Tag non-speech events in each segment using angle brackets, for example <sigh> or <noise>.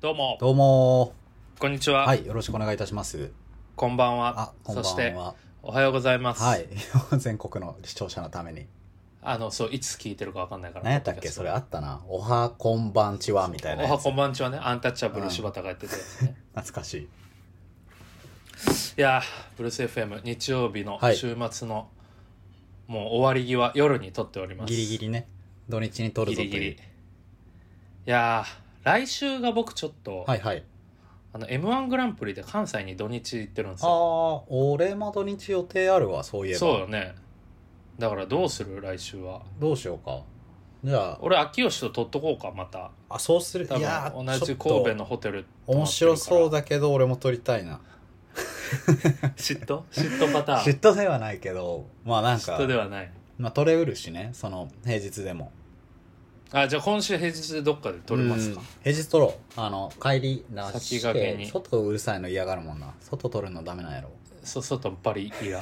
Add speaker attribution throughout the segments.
Speaker 1: どうも、
Speaker 2: どうも
Speaker 1: こんにち
Speaker 2: ー
Speaker 1: は、
Speaker 2: はい、よろしくお願いいたします。
Speaker 1: こんばんは
Speaker 2: あ、こんばん
Speaker 1: そ
Speaker 2: は。
Speaker 1: して、おはようございます。
Speaker 2: はい、 <laughs> 全国の視聴者のために。
Speaker 1: あの、そう、いつ聞いてるかわかんないから。
Speaker 2: 何やったっけそれあったな。おはこんばんちはみたいな
Speaker 1: お
Speaker 2: や
Speaker 1: は
Speaker 2: つ。
Speaker 1: こんばんちはね、アンタッチャブル柴田がやってたやつね。
Speaker 2: 懐かしい。
Speaker 1: いやー、ブルース FM、日曜日の
Speaker 2: はい
Speaker 1: 週末の、もう終わり際、夜に撮っております。
Speaker 2: ギリギリね。土日に撮る
Speaker 1: ギ
Speaker 2: ぞとい
Speaker 1: リ
Speaker 2: う。
Speaker 1: ギリ。いやー、来週が僕ちょっと、
Speaker 2: はいはい。
Speaker 1: あの、M1 グランプリで関西に土日行ってるんです
Speaker 2: あ
Speaker 1: よ。
Speaker 2: あ、俺も土日予定あるわ、そういえば。
Speaker 1: そうよね。だからどうする来週は。
Speaker 2: どうしようか。じゃあ、
Speaker 1: 俺、秋吉と撮っとこうか、また。
Speaker 2: あ、そうする。
Speaker 1: 多
Speaker 2: いや
Speaker 1: 分
Speaker 2: ー
Speaker 1: 同じ神戸。のホテル
Speaker 2: ちょっと面白そう
Speaker 1: だ
Speaker 2: だけど、俺も撮りたいな。
Speaker 1: <laughs> 嫉妬嫉妬パターン
Speaker 2: <laughs> 嫉妬ではないけど、まあなん
Speaker 1: 嫉
Speaker 2: か、
Speaker 1: 妬ではない
Speaker 2: まあ撮れうるしね、その、平日でも。
Speaker 1: あじゃあ今週平日でどっかで撮れますか
Speaker 2: うん平日撮ろうあの帰りな
Speaker 1: 先
Speaker 2: し
Speaker 1: 駆けに
Speaker 2: て外うるさいの嫌がるもんな外撮るのダメなんやろ
Speaker 1: そ外バリいい
Speaker 2: <laughs>
Speaker 1: や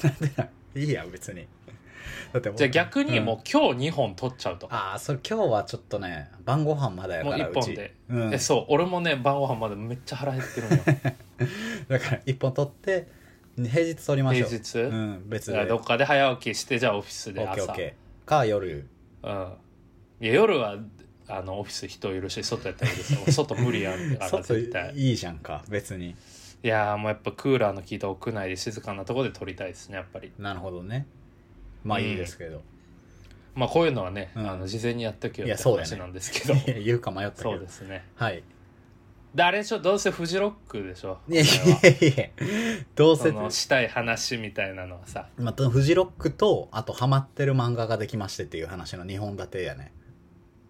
Speaker 2: いいや別に <laughs> だってもう
Speaker 1: じゃあ逆に
Speaker 2: ん
Speaker 1: もう今日2本撮っちゃうとか、
Speaker 2: ああそれ今日はちょっとね晩ご飯まだやから
Speaker 1: もう一
Speaker 2: う
Speaker 1: 本
Speaker 2: ち
Speaker 1: で
Speaker 2: うん、 <laughs>
Speaker 1: え
Speaker 2: だ
Speaker 1: そう俺もね晩ご飯までめっちゃ腹減ってる
Speaker 2: <laughs>
Speaker 1: のよ
Speaker 2: から一本撮って平日撮りましょ
Speaker 1: 平
Speaker 2: う
Speaker 1: 日、
Speaker 2: うん別
Speaker 1: だから
Speaker 2: で
Speaker 1: どっかで早起きしてじゃあオフィスで
Speaker 2: オッケーオ
Speaker 1: 朝
Speaker 2: ッケーか夜
Speaker 1: うんいや夜はあのオフィス人いるし外やったらいいですよ俺外 <laughs> 無理やんから
Speaker 2: 外
Speaker 1: 絶対
Speaker 2: いいじゃんか別に
Speaker 1: いやーもうやっぱクーラーの効いた屋内で静かなところで撮りたいですねやっぱり
Speaker 2: なるほどねまあ
Speaker 1: うん
Speaker 2: いいですけど、
Speaker 1: まあこういうのはね、
Speaker 2: うん
Speaker 1: あの事前にやっとけよっ
Speaker 2: いや
Speaker 1: て
Speaker 2: そうだよ
Speaker 1: 話
Speaker 2: ね
Speaker 1: なんですけ
Speaker 2: <laughs>
Speaker 1: ど、
Speaker 2: いや言うか迷ったけ
Speaker 1: そう
Speaker 2: ど
Speaker 1: ですね
Speaker 2: はい
Speaker 1: であれでしょどうせフジロックでしょ
Speaker 2: いやい
Speaker 1: これは
Speaker 2: やいやどうせ
Speaker 1: そのしたい話みたいなのはさ
Speaker 2: また、フジロックと、あと、ハマってる漫画ができましてっていう話の2本立てやね。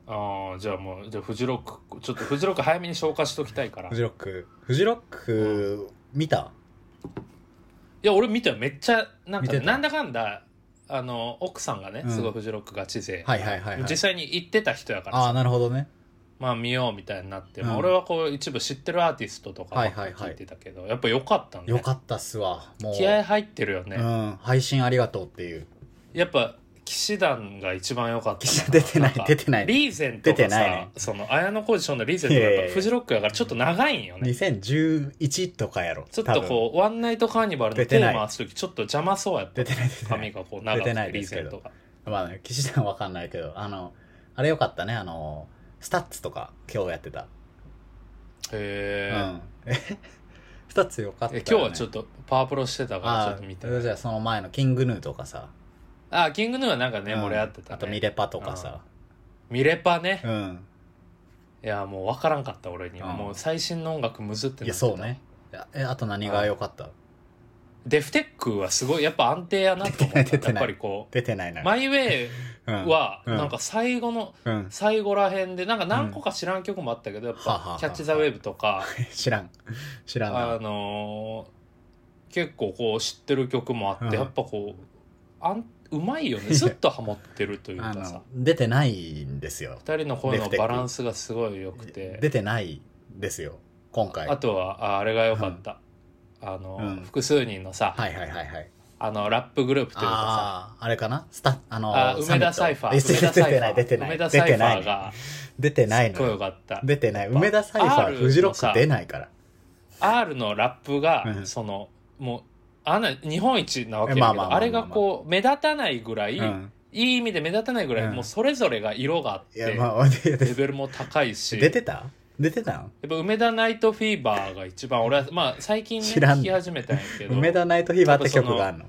Speaker 1: ああじゃあもうじゃあフジロックちょっとフジロック早めに消化しときたいからい
Speaker 2: フジロック。フジロック、見た
Speaker 1: や俺見たよめっちゃなん
Speaker 2: 見
Speaker 1: か
Speaker 2: てた
Speaker 1: なんだかんだあの奥さんがね
Speaker 2: うん
Speaker 1: すごいフジロックガチ勢、
Speaker 2: はいはいはい、はい。
Speaker 1: 実際に行ってた人やから
Speaker 2: ああ、
Speaker 1: さ
Speaker 2: なるほどね。
Speaker 1: まあ見ようみたいになって、まあ、
Speaker 2: うん
Speaker 1: 俺はこう一部知ってるアーティストとか
Speaker 2: はいはいはい
Speaker 1: 聞いてたけど、やっぱ良かったね
Speaker 2: よかったっすわ。もう。
Speaker 1: 気合入ってるよね、
Speaker 2: うん。配信ありがとうっていう。
Speaker 1: やっぱ騎士団が一番良かった
Speaker 2: 騎士出てない
Speaker 1: んか
Speaker 2: <laughs> 出てない
Speaker 1: リーゼントが
Speaker 2: 出て
Speaker 1: さ、
Speaker 2: ないね
Speaker 1: その綾小路翔のリーゼントが
Speaker 2: いやい
Speaker 1: や
Speaker 2: や
Speaker 1: っ
Speaker 2: い
Speaker 1: ぱ
Speaker 2: や
Speaker 1: フジロックやからちょっと長いんよね
Speaker 2: 2011とかやろ。
Speaker 1: ちょっとこうワンナイトカーニバルの
Speaker 2: 出て
Speaker 1: 手
Speaker 2: ない
Speaker 1: 回す時ちょっと邪魔そうやっ
Speaker 2: う
Speaker 1: た
Speaker 2: 出てない出てな
Speaker 1: 髪
Speaker 2: い。
Speaker 1: がこう長く
Speaker 2: 出てな
Speaker 1: て
Speaker 2: い
Speaker 1: リ
Speaker 2: で
Speaker 1: ー
Speaker 2: す
Speaker 1: ゼ
Speaker 2: け
Speaker 1: ン
Speaker 2: ど
Speaker 1: トが
Speaker 2: まあ、ね、騎士団わかんないけど、あの、あれよかったね。あの、スタッツとか、今日やってた。
Speaker 1: へえ、
Speaker 2: うん。え <laughs> スタッツよかった、
Speaker 1: え
Speaker 2: ね。
Speaker 1: 今日はちょっ
Speaker 2: と。
Speaker 1: とパワープロしてたからちょっと見て
Speaker 2: じゃあその前のキングヌーとかさ。
Speaker 1: あキングヌーはなんかね、
Speaker 2: うん
Speaker 1: 盛り合ってた、ね、
Speaker 2: あとミレパとかさ。
Speaker 1: ミレパね、
Speaker 2: うん。
Speaker 1: いやもう分からんかった俺には、
Speaker 2: うん
Speaker 1: もう最新の音楽むずって
Speaker 2: い
Speaker 1: な
Speaker 2: や、
Speaker 1: ってた
Speaker 2: そうね。え、あと何が良かった
Speaker 1: デフテックはすごいやっぱ安定やなと思っ
Speaker 2: 出てない出
Speaker 1: た
Speaker 2: て
Speaker 1: やっ
Speaker 2: ない
Speaker 1: ぱりこ
Speaker 2: 出てないな。
Speaker 1: うマイウェイ
Speaker 2: うん
Speaker 1: は、
Speaker 2: うん
Speaker 1: なんか最後の、
Speaker 2: うん。
Speaker 1: 最後らへんで、なんか何個か知らん曲もあったけど、やっ
Speaker 2: はあはあは
Speaker 1: ぱ
Speaker 2: あ、
Speaker 1: キャッチ・ザ・ウェーブとか、
Speaker 2: 知らん。知らん
Speaker 1: あ
Speaker 2: な。
Speaker 1: のー結構こう知ってる曲もあっ
Speaker 2: うん
Speaker 1: て、やっぱこう、あん、うまいよ
Speaker 2: <laughs>
Speaker 1: ね。ずっとハモってるという
Speaker 2: あ
Speaker 1: かさ
Speaker 2: の、、出てないんですよ。
Speaker 1: 二人の声のバランスがすごい良く
Speaker 2: 出
Speaker 1: て、
Speaker 2: てないんですよ。今回。
Speaker 1: あ
Speaker 2: はい
Speaker 1: とは、ああれが良かった。あのー、
Speaker 2: うん
Speaker 1: 複数人のさ、
Speaker 2: はいはいはい。
Speaker 1: あの、ラップグループというかさ、
Speaker 2: ああ、あれかなスタあの
Speaker 1: あ、梅田サイファー。梅田サイ
Speaker 2: 出
Speaker 1: ファ
Speaker 2: てな
Speaker 1: ー
Speaker 2: い、出てない。
Speaker 1: 梅田
Speaker 2: 出
Speaker 1: サイ
Speaker 2: て
Speaker 1: フ
Speaker 2: な
Speaker 1: ァ
Speaker 2: い
Speaker 1: ー。が、
Speaker 2: 出てない
Speaker 1: すっごい良
Speaker 2: の。
Speaker 1: かった。
Speaker 2: 出てない。梅田サイファ
Speaker 1: R
Speaker 2: ー、フジロ
Speaker 1: のさ
Speaker 2: ック出ないから。
Speaker 1: R のラップが、
Speaker 2: うん
Speaker 1: そのもうあの日本一なわけ
Speaker 2: ま
Speaker 1: だ
Speaker 2: あ
Speaker 1: け
Speaker 2: まあまあ
Speaker 1: ど
Speaker 2: まあ
Speaker 1: あれがこう目立たないぐらい、
Speaker 2: うん。
Speaker 1: いい意味で目立たないぐらい、
Speaker 2: うん
Speaker 1: もうそれぞれが色があっ
Speaker 2: い
Speaker 1: て、
Speaker 2: や、まあ、 <laughs> 出
Speaker 1: レ
Speaker 2: て
Speaker 1: ベルも高いし
Speaker 2: 出てた出てたん
Speaker 1: やっぱ梅田ナイトフィーバーが一番俺はまあ最近、ね、
Speaker 2: 知らん
Speaker 1: 聞き始めたんやけど
Speaker 2: 梅田ナイトフィーバーって曲があるの。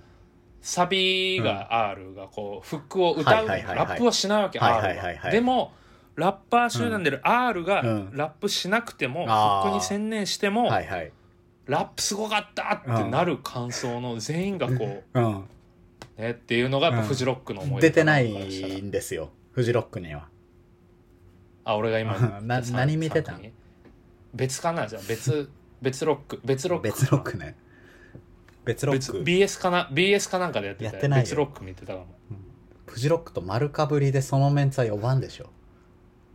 Speaker 1: サビが R がこうフックを歌う、
Speaker 2: はいはいはいはい
Speaker 1: ラップをしないわけ、
Speaker 2: はい
Speaker 1: R が、
Speaker 2: はいはいはい
Speaker 1: でもラッパー集団でる R が
Speaker 2: うん
Speaker 1: ラップしなくても、フ
Speaker 2: あー
Speaker 1: ックに専念しても、
Speaker 2: はいはい。
Speaker 1: ラップすごかったってなる感想の全員がこう、
Speaker 2: うん。
Speaker 1: ね、っていうのがやっぱ
Speaker 2: うん
Speaker 1: フジロックの思い出
Speaker 2: 出てな
Speaker 1: からしたら
Speaker 2: いんですよフジロックには
Speaker 1: あ俺が今
Speaker 2: うんな
Speaker 1: さ
Speaker 2: 何見てたん
Speaker 1: さっき別かなじゃあ
Speaker 2: <laughs>
Speaker 1: 別別ロック別ロック
Speaker 2: 別ロックね別ロッ
Speaker 1: 別
Speaker 2: ク
Speaker 1: BS かな BS かなんかでやってた
Speaker 2: やってないよ
Speaker 1: 別ロック見てたかも
Speaker 2: フジロックと丸かぶりでそのメンツは呼ばんでしょ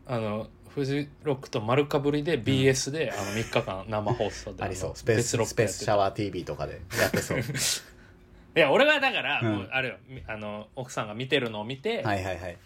Speaker 1: あのフジロックと丸かぶりで BS で、あの3日間生放送で
Speaker 2: ありそ
Speaker 1: の
Speaker 2: うスペー
Speaker 1: 別ロッ
Speaker 2: スス
Speaker 1: ク
Speaker 2: ペ
Speaker 1: や
Speaker 2: ー
Speaker 1: っ
Speaker 2: ス
Speaker 1: て
Speaker 2: シャワー TV とかでやってそう
Speaker 1: <laughs> たいや俺はだから、
Speaker 2: うん
Speaker 1: もうあれよみあの奥さんが見てるのを見て、
Speaker 2: はいはいはい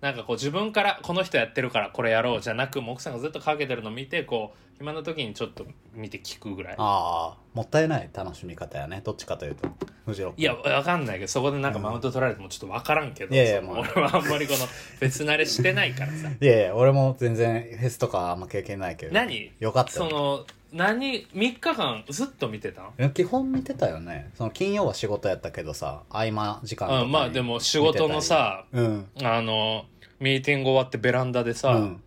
Speaker 1: なんかこう自分からこの人やってるからこれやろうじゃなくもう奥さんがずっとかけてるのを見てこう暇な時にちょっと見て聞くぐらい
Speaker 2: ああ、もったいない楽しみ方やね。どっちかというと。フジロック。
Speaker 1: いや、わかんないけど、そこでなんかマウント取られてもちょっとわからんけど、
Speaker 2: いやいや
Speaker 1: その
Speaker 2: まあ
Speaker 1: 俺はあんまりこの、別慣れしてないから
Speaker 2: <laughs>
Speaker 1: さ。
Speaker 2: いやいや、俺も全然フェスとかあんま経験ないけど。
Speaker 1: 何
Speaker 2: よかった
Speaker 1: そ
Speaker 2: よ。
Speaker 1: の、何、3日間ずっと見てたん
Speaker 2: いや基本見てたよね。その金曜は仕事やったけどさ、合間時間とかに
Speaker 1: うん、まあでも仕事のさ、
Speaker 2: 見てたり。うん。
Speaker 1: あの、ミーティング終わってベランダでさ、
Speaker 2: うん。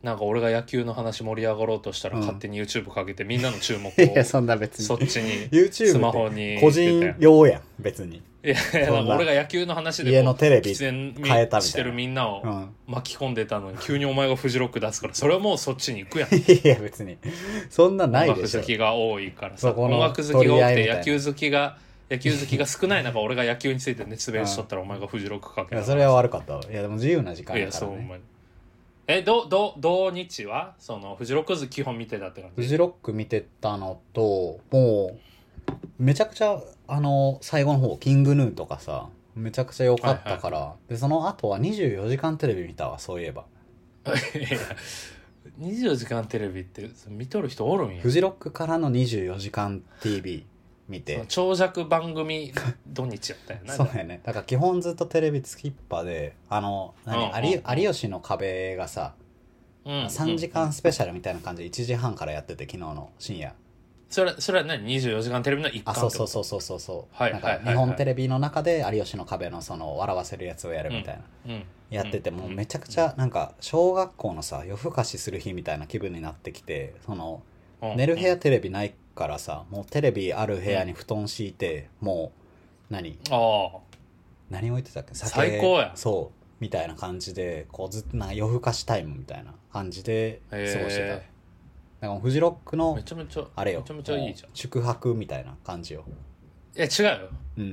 Speaker 1: なんか俺が野球の話盛り上がろうとしたら
Speaker 2: うん
Speaker 1: 勝手に YouTube かけてみんなの注目を
Speaker 2: いや、そんな別
Speaker 1: そっ
Speaker 2: に。
Speaker 1: ちに
Speaker 2: YouTube
Speaker 1: スマホに入
Speaker 2: 個人
Speaker 1: れて
Speaker 2: 用やん、別に。
Speaker 1: いやいや
Speaker 2: そんな
Speaker 1: なんか俺が野球の話で
Speaker 2: 家のテレビ
Speaker 1: 喫煙み
Speaker 2: 変えたみたいな
Speaker 1: してるみんな
Speaker 2: う
Speaker 1: を
Speaker 2: ん。
Speaker 1: 巻き込んでたのに急にお前がフジロック出すからそれはもうそっちに行くやん
Speaker 2: いや、別に。そんなない
Speaker 1: 音
Speaker 2: でし
Speaker 1: 楽好。
Speaker 2: ょ
Speaker 1: きが多いからさ
Speaker 2: そこ
Speaker 1: 音
Speaker 2: の
Speaker 1: 楽好きが多く
Speaker 2: 取り合いみた
Speaker 1: て
Speaker 2: いな
Speaker 1: 野球好きが野球好きが少ない中俺が野球について熱弁しとったらお前がフジロックか
Speaker 2: い
Speaker 1: け
Speaker 2: や、
Speaker 1: た
Speaker 2: それは悪かったわ。いや、でも自由な時間
Speaker 1: い
Speaker 2: や
Speaker 1: や
Speaker 2: か
Speaker 1: そ
Speaker 2: ら
Speaker 1: うお
Speaker 2: ね。
Speaker 1: 前えどど同日はそのフジロックず基本見てたって感
Speaker 2: フ
Speaker 1: じ
Speaker 2: ジロック見てたのと、もう、めちゃくちゃ、あの、最後の方、キングヌーとかさ、めちゃくちゃ良かったから、で、その後は24時間テレビ見たわ、そういえば。
Speaker 1: いや24時間テレビって見とる人おるんや
Speaker 2: フジロックからの24時間 TV
Speaker 1: そ
Speaker 2: 見
Speaker 1: の
Speaker 2: て。
Speaker 1: 長尺番組土日やったよな
Speaker 2: <laughs> そうやね。だから基本ずっとテレビつきっぱで、あの、何、
Speaker 1: うんうんうん
Speaker 2: 有有吉の壁がさ、
Speaker 1: うん
Speaker 2: 3時間スペシャルみたいな感じで1時半からやってて、昨日の深夜。
Speaker 1: それそれは何24時間テレビの一環
Speaker 2: あ、そうそうそうそうそうそう。
Speaker 1: はい
Speaker 2: なん
Speaker 1: はい
Speaker 2: か
Speaker 1: はいは
Speaker 2: 日
Speaker 1: い
Speaker 2: 本テレビの中で有吉の壁のその笑わせるやつをやるみたいな。
Speaker 1: う、うん、
Speaker 2: やってて、もうめ
Speaker 1: ち
Speaker 2: ちゃくちゃなんか小学校のさ、夜更かしする日みたいな気分になってきて、その、
Speaker 1: ゃ
Speaker 2: 寝る部屋テレビないからさ、もうテレビある部屋に布団敷いて、もう、何
Speaker 1: ああ
Speaker 2: 何置いてたっけ酒
Speaker 1: 最高や
Speaker 2: そう。みたいな感じで、こうずっとなんか夜更かしタイムみたいな感じで過ごしてた。
Speaker 1: へ
Speaker 2: なんかフジロック
Speaker 1: え
Speaker 2: の
Speaker 1: め、ちゃめちゃ
Speaker 2: あれよ。
Speaker 1: めちゃめちゃいいじゃん
Speaker 2: もう宿泊みたいな感じよ。
Speaker 1: いや違うよ
Speaker 2: うん。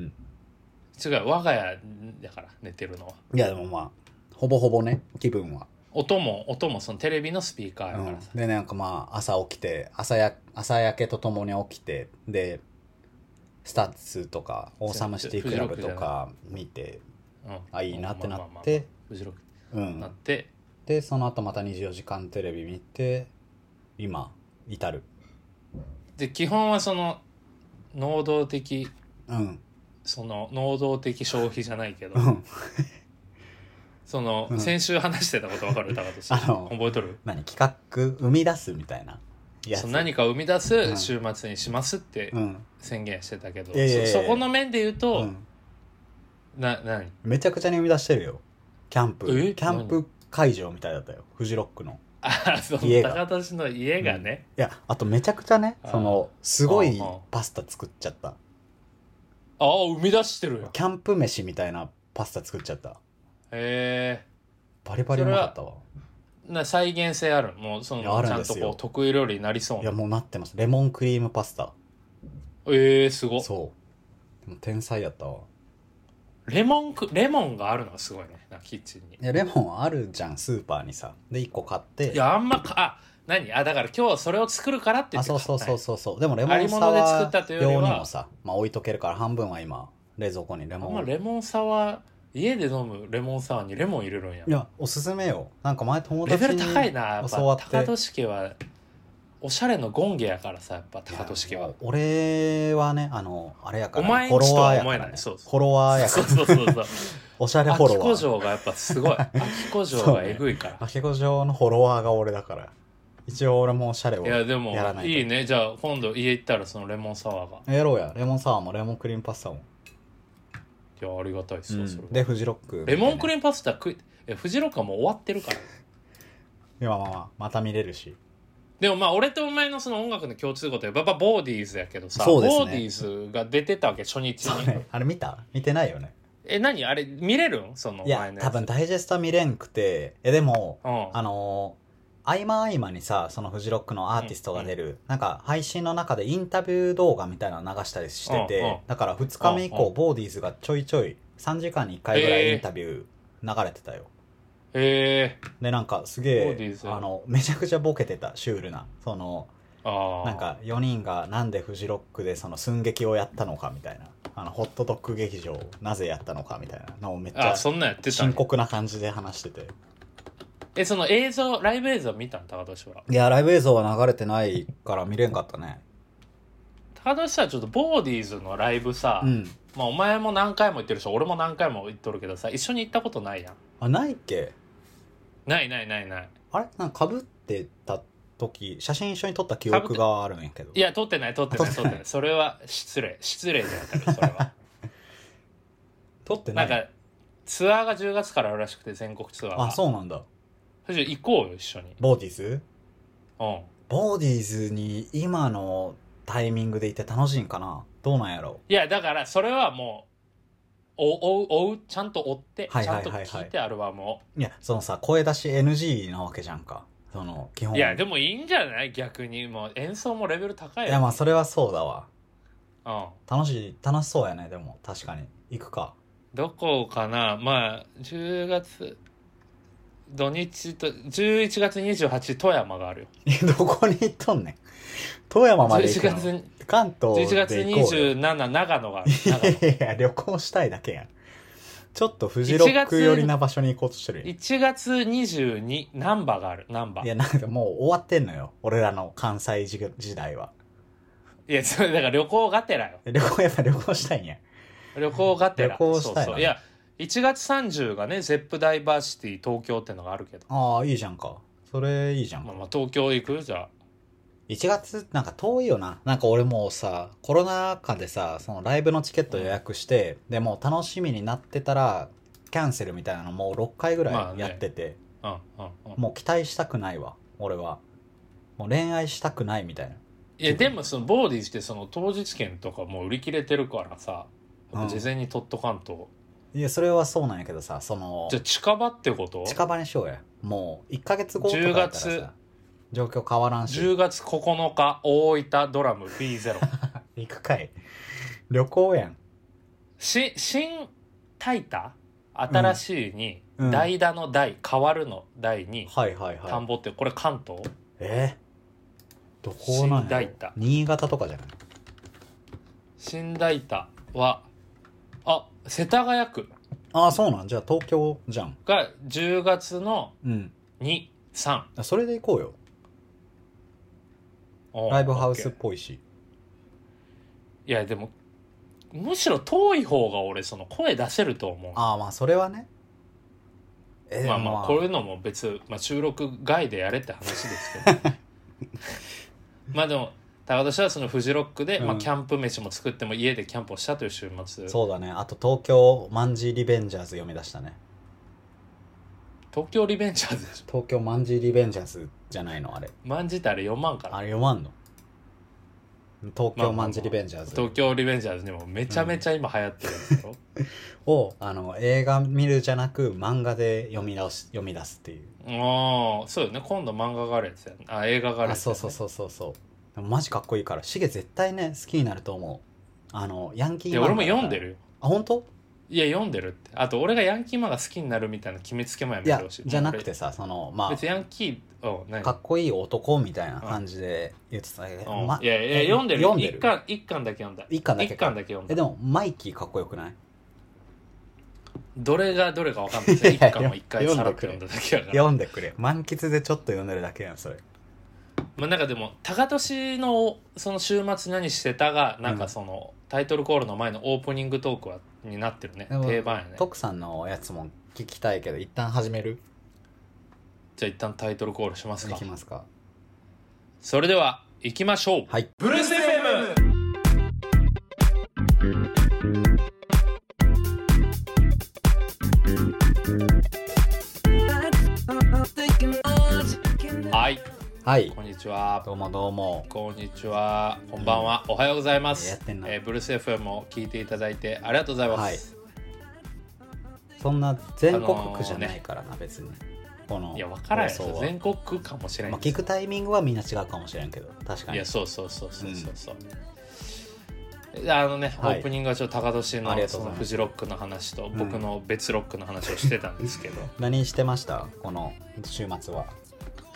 Speaker 1: 違うよ我が家だから寝てるのはい
Speaker 2: やでもまあほぼほぼね気分は、
Speaker 1: 音も音もそのテレビのスピーカー
Speaker 2: う
Speaker 1: やか
Speaker 2: ん
Speaker 1: らさ、、
Speaker 2: でなんかまあ朝起きて朝や朝焼けとともに起きてでスタッツとかオーサムシティクラブとか見て
Speaker 1: うん
Speaker 2: あいいなってなっ
Speaker 1: まあまあまあまあ
Speaker 2: て
Speaker 1: フジロック
Speaker 2: う
Speaker 1: なっ
Speaker 2: ん
Speaker 1: て、
Speaker 2: でその後また24時間テレビ見て今至る
Speaker 1: で基本はその能動的
Speaker 2: うん
Speaker 1: その能動的消費じゃないけど
Speaker 2: うん
Speaker 1: その、
Speaker 2: うん
Speaker 1: 先週話してたこと分かる高俊
Speaker 2: あの
Speaker 1: 覚えとる
Speaker 2: <laughs> 何企画生み出すみたいなや
Speaker 1: そ
Speaker 2: つ
Speaker 1: の何かを生み出
Speaker 2: うん
Speaker 1: す週末にしますって
Speaker 2: うん、
Speaker 1: 宣言してたけど、
Speaker 2: いやいやいや
Speaker 1: そそこの面で言う
Speaker 2: う
Speaker 1: と、
Speaker 2: ん、
Speaker 1: な何
Speaker 2: めちゃくちゃに生み出してるよキャンプ
Speaker 1: え
Speaker 2: キャンプ会場みたいだったよフジロックの
Speaker 1: <laughs> あその
Speaker 2: 家が
Speaker 1: 高俊の家がね、
Speaker 2: いや、あとめちゃくちゃね、
Speaker 1: あー
Speaker 2: その、すごい
Speaker 1: あー
Speaker 2: パスタ作っちゃった。
Speaker 1: ああ生み出してるよ
Speaker 2: キャンプ飯みたいなパスタ作っちゃった。
Speaker 1: へ
Speaker 2: バリバリうまかったわ。
Speaker 1: えな再現性あるもうその
Speaker 2: いや
Speaker 1: ち
Speaker 2: ある
Speaker 1: ゃ
Speaker 2: ん
Speaker 1: ん
Speaker 2: です
Speaker 1: と
Speaker 2: よ
Speaker 1: こう得意料理になりそう
Speaker 2: いや、
Speaker 1: な
Speaker 2: もうなってます。レモンクリームパスタ。
Speaker 1: えー、すごっ
Speaker 2: そう。でも天才やったわ。
Speaker 1: レモンくレモンがあるのがすごいねなキッチンに
Speaker 2: いや、レモンあるじゃん、スーパーにさ。で、1個買って。
Speaker 1: いやあんまかあ何あだから今日はそれを作るからって言っ
Speaker 2: あ、
Speaker 1: て
Speaker 2: そうそうそう
Speaker 1: 買
Speaker 2: そうそう。でもレモ
Speaker 1: あり
Speaker 2: ン
Speaker 1: も
Speaker 2: サ
Speaker 1: ので
Speaker 2: ワ
Speaker 1: 作ったという
Speaker 2: ー
Speaker 1: より
Speaker 2: 用
Speaker 1: は
Speaker 2: にもさ、まあ置いとけるから半分は今、冷蔵庫にレ
Speaker 1: ったんや
Speaker 2: モ
Speaker 1: あんま
Speaker 2: ン。
Speaker 1: レモンサワー家で飲むレモンサワーにレモン入れるんや
Speaker 2: いや、おすすめよ。なんか前友
Speaker 1: レ
Speaker 2: 達
Speaker 1: ベ
Speaker 2: に。
Speaker 1: ル高いなやっぱ
Speaker 2: 教わって
Speaker 1: 高俊家はおしゃれのゴンゲやからさやっぱ高俊
Speaker 2: い
Speaker 1: 家
Speaker 2: や
Speaker 1: は
Speaker 2: もう俺はね、あの、あれやから、
Speaker 1: お前ん
Speaker 2: フォ
Speaker 1: ちと
Speaker 2: ロワ
Speaker 1: は
Speaker 2: ーや
Speaker 1: 思
Speaker 2: か
Speaker 1: え
Speaker 2: ら、
Speaker 1: ない
Speaker 2: ね。
Speaker 1: そう
Speaker 2: フォロワーやか
Speaker 1: <laughs> そう
Speaker 2: ら、
Speaker 1: そうそうそう
Speaker 2: おしゃれフォ
Speaker 1: 秋
Speaker 2: ロワ
Speaker 1: 子
Speaker 2: ー。
Speaker 1: 城がやっぱす
Speaker 2: <laughs>
Speaker 1: ごい秋子城がえぐいから、
Speaker 2: あけこ城のフォロワーが俺だから。一応俺もおしゃれを
Speaker 1: い
Speaker 2: や
Speaker 1: やでも
Speaker 2: らないと
Speaker 1: いいねじゃあ今度家行ったらそのレモンサワーが
Speaker 2: ろうや。レモンサワーもレモンクリームパスタも。
Speaker 1: いやありがたいっすよ、それは
Speaker 2: で、フジロック、
Speaker 1: レモンクリ
Speaker 2: ー
Speaker 1: ームパスタ食いえフジロックはもう終わってるから
Speaker 2: ム。まあまあまあ、また見れるし。
Speaker 1: でもまあ俺とお前のその音楽の共通語といえばやっぱボーディーズやけどさ、
Speaker 2: そうですね
Speaker 1: ボーディーズが出てたわけ初日
Speaker 2: そう
Speaker 1: に、
Speaker 2: ね。あれ見た見てないよね。
Speaker 1: え何あれ見れるんその
Speaker 2: い
Speaker 1: お前
Speaker 2: や
Speaker 1: の、
Speaker 2: 多分ダイジェストは見れんくて、え、でも、
Speaker 1: うん
Speaker 2: あのー合間合間にさ、そのフジロックのアーティストが出る、なんか配信の中でインタビュー動画みたいなの流したりしてて、
Speaker 1: うんうん
Speaker 2: だから2日目以降、
Speaker 1: うんうん
Speaker 2: ボーディーズがちょいちょい3時間に1回ぐら
Speaker 1: え
Speaker 2: い
Speaker 1: ー
Speaker 2: インタビュー流れてたよ。
Speaker 1: えー、
Speaker 2: で、なんかす
Speaker 1: ボー
Speaker 2: げ
Speaker 1: ディ
Speaker 2: え
Speaker 1: ー、ズ
Speaker 2: あの、めちゃくちゃボケてた、シュールな。その、
Speaker 1: ああ
Speaker 2: なんか4人がなんでフジロックでその寸劇をやったのかみたいな、あの、ホットドッグ劇場をなぜやったのかみたいなのをめっち
Speaker 1: あ
Speaker 2: ゃ
Speaker 1: そんなんやってたん
Speaker 2: 深
Speaker 1: や
Speaker 2: 刻な感じで話してて。
Speaker 1: えその映像ライブ映像見たん高俊はい
Speaker 2: や、ライブ映像は流れてないから見れんかったね。
Speaker 1: 高俊はちょっとボーディーズのライブさ、
Speaker 2: うん。
Speaker 1: まあ、お前も何回も行ってるし俺も何回も行っとるけどさ一緒に行ったことないやん
Speaker 2: あ、ないっけ
Speaker 1: ないないないない
Speaker 2: あれなんか被ってた時、写真一緒に撮った記憶があるんやけど。
Speaker 1: いや撮ってない撮ってない撮ってないそれは失礼失礼じゃなかったそれ
Speaker 2: <laughs>
Speaker 1: は
Speaker 2: 撮ってな
Speaker 1: なん
Speaker 2: い。
Speaker 1: かツアーが10月からあるらしくて全国ツアーが
Speaker 2: あ、そうなんだ。
Speaker 1: それじゃ行こうよ一緒に
Speaker 2: ボーディーズ
Speaker 1: うん
Speaker 2: ボーディーズに今のタイミングで行って楽しいんかなどうなんやろ
Speaker 1: いやだからそれはもうお追う追うちゃんと追って、
Speaker 2: はいはいはいはい
Speaker 1: ちゃんと聞いてアルバムを
Speaker 2: ういや、そのさ、声出し NG なわけじゃんか。その、基本。
Speaker 1: いやで
Speaker 2: も。
Speaker 1: もいいんじゃない逆にもう演奏もレベル高い
Speaker 2: い
Speaker 1: よ
Speaker 2: や、まあ、それはそうだわ。
Speaker 1: うん
Speaker 2: 楽しい、楽しそうやね、でも、確かに。行くか。 <laughs>
Speaker 1: どこかなまあ10月土日と11月28富山があるよ
Speaker 2: えどこに行っとんねん。富山まで
Speaker 1: 11
Speaker 2: 行くの
Speaker 1: 月
Speaker 2: 関東
Speaker 1: 11月
Speaker 2: で行こうよ。
Speaker 1: 27長野がある長野
Speaker 2: いやいや、旅行したいだけやん。ちょっとフジロック寄りな場所に行こうとしてるやん
Speaker 1: 1月22ナンバーがあるナンバ
Speaker 2: い
Speaker 1: ー
Speaker 2: や、なんかもう終わってんのよ。俺らの関西時時代は。
Speaker 1: いやそれだから旅行がてらよ
Speaker 2: 旅行、やっぱ旅行したいんや。
Speaker 1: 旅行がてら
Speaker 2: 旅行したいな
Speaker 1: そうそういや1月30がねゼップダイバーシティ東京ってのがあるけど、
Speaker 2: ああ、いいじゃんか。それいいじゃん
Speaker 1: ま
Speaker 2: か。
Speaker 1: あ、まあ東京行くじゃあ
Speaker 2: 1月、なんか遠いよな。なんか俺もうさ、コロナ禍でさ、そのライブのチケット予約して、でもう楽しみになってたら、キャンセルみたいなのもう6回ぐ
Speaker 1: まあ
Speaker 2: らい
Speaker 1: ね
Speaker 2: やってて。
Speaker 1: うんうんうん
Speaker 2: もう期待したくないわ俺はもう恋愛したくないみたいない
Speaker 1: やでもそのボーディーしてその当日券とかもう売り切れてるからさやっぱ事前に取っとかんと、
Speaker 2: いやそれはそうなんやけどさその
Speaker 1: じゃあ近場ってこと
Speaker 2: 近場にしようやもう1ヶ月後とかやったら
Speaker 1: 10月
Speaker 2: さ状況変わらんし
Speaker 1: ?10 月9日大分ドラム
Speaker 2: <laughs>
Speaker 1: B0
Speaker 2: 行くかい旅行やん
Speaker 1: し新タイタ新しいに
Speaker 2: うん
Speaker 1: 代打の代変わるの代に
Speaker 2: はいはい
Speaker 1: 田ん
Speaker 2: はい
Speaker 1: ぼってこれ関東
Speaker 2: えー、どこなん
Speaker 1: 新大
Speaker 2: や
Speaker 1: 田
Speaker 2: 新潟とかじゃない
Speaker 1: 新大田はあ世田谷区
Speaker 2: ああそうなんじゃあ東京じゃん
Speaker 1: が10月の
Speaker 2: うん
Speaker 1: 23
Speaker 2: それで行こうよライブハウスっぽいし
Speaker 1: いやでもむしろ遠い方が俺その声出せると思う
Speaker 2: ああまあそれはねえー
Speaker 1: まあまあこういうのも別、まあ、収録外でやれって話ですけど
Speaker 2: <laughs>
Speaker 1: まあでも高田氏はそのフジロックで、まあ、
Speaker 2: うん
Speaker 1: キャンプ飯も作っても家でキャンプをしたという週末東
Speaker 2: そうだねあと東京マンジーリベンジャーズ読み出したね
Speaker 1: 京リベンジャーズでしょ
Speaker 2: 東京マンジーリベンジャーズじゃないのあれ
Speaker 1: 万字ってあれ4万か
Speaker 2: あ
Speaker 1: ら
Speaker 2: れ読まんの東京マンジーリベンジャーズ
Speaker 1: 東京リベンジャーズにもめちゃめちゃ今流行ってるんですよ、
Speaker 2: をあの映画見るじゃなく漫画で読み出す読み出すっていう
Speaker 1: ああそうよね今度漫画があるやつやねあ映画がある
Speaker 2: あ
Speaker 1: やつや
Speaker 2: そ
Speaker 1: ね
Speaker 2: うそうそうそうそうでもマジかっこいいからシゲ絶対ね好きになると思うあのヤンキー
Speaker 1: で
Speaker 2: 漫画
Speaker 1: 俺
Speaker 2: だ
Speaker 1: も
Speaker 2: から
Speaker 1: 読んでるよ
Speaker 2: あ本当
Speaker 1: いや読んでるってあと俺がヤンキー漫画好きになるみたいな決めつけもやめ
Speaker 2: い
Speaker 1: て
Speaker 2: や
Speaker 1: ほしい
Speaker 2: じゃなくてさそのま
Speaker 1: 別にヤンキーを
Speaker 2: あ
Speaker 1: 何
Speaker 2: かっこいい男みたいな感じで言ってたけど、
Speaker 1: うん
Speaker 2: ま
Speaker 1: いやいや
Speaker 2: え
Speaker 1: 読んでる
Speaker 2: 読んでる
Speaker 1: 一巻一巻だけ読んだ
Speaker 2: 一巻だけ
Speaker 1: 一巻だけ読ん
Speaker 2: え
Speaker 1: だ
Speaker 2: でもマイキーかっこよくない
Speaker 1: どれがどれかわかんないですね
Speaker 2: いや
Speaker 1: 一巻は一回さらっと
Speaker 2: 読
Speaker 1: 読
Speaker 2: ん
Speaker 1: ん
Speaker 2: で
Speaker 1: だだけだから
Speaker 2: 読んでくれ満喫でちょっと読んでるだけやんそれ
Speaker 1: まあなんかでも高俊のその週末何してたがなん
Speaker 2: う
Speaker 1: か
Speaker 2: ん
Speaker 1: そのタイトルコールの前のオープニングトークはになってるね
Speaker 2: でも
Speaker 1: 定番やね
Speaker 2: 徳さんのやつも聞きたいけど一旦始める
Speaker 1: じゃあ一旦タイトルコールします
Speaker 2: い
Speaker 1: か
Speaker 2: きますか
Speaker 1: それでは行きましょう
Speaker 2: はい
Speaker 1: ブルース FM はい
Speaker 2: はい
Speaker 1: こんにちは
Speaker 2: どうもどうも
Speaker 1: こんにちは、こんばんは、おはようございます。
Speaker 2: やってんな
Speaker 1: えーブルース FM を聞いていただいてありがとうございます。
Speaker 2: そんな全国区じゃないからな、別にこの
Speaker 1: い、や、わからん
Speaker 2: 放送
Speaker 1: よ。
Speaker 2: は
Speaker 1: 全国区かもしれん
Speaker 2: まあ、
Speaker 1: けど
Speaker 2: 聞くタイミングはみんな違うかもしれんけど確か
Speaker 1: い
Speaker 2: に
Speaker 1: や、そうそうそうそうそうそう。であのね、
Speaker 2: はい
Speaker 1: オープニングはちょっと高年
Speaker 2: あ
Speaker 1: の
Speaker 2: りがとう
Speaker 1: そ
Speaker 2: ござ
Speaker 1: の
Speaker 2: います
Speaker 1: フジロックの話と僕の別ロックの話をしてたんですけ
Speaker 2: <laughs>
Speaker 1: ど、
Speaker 2: 何してましたこの週末は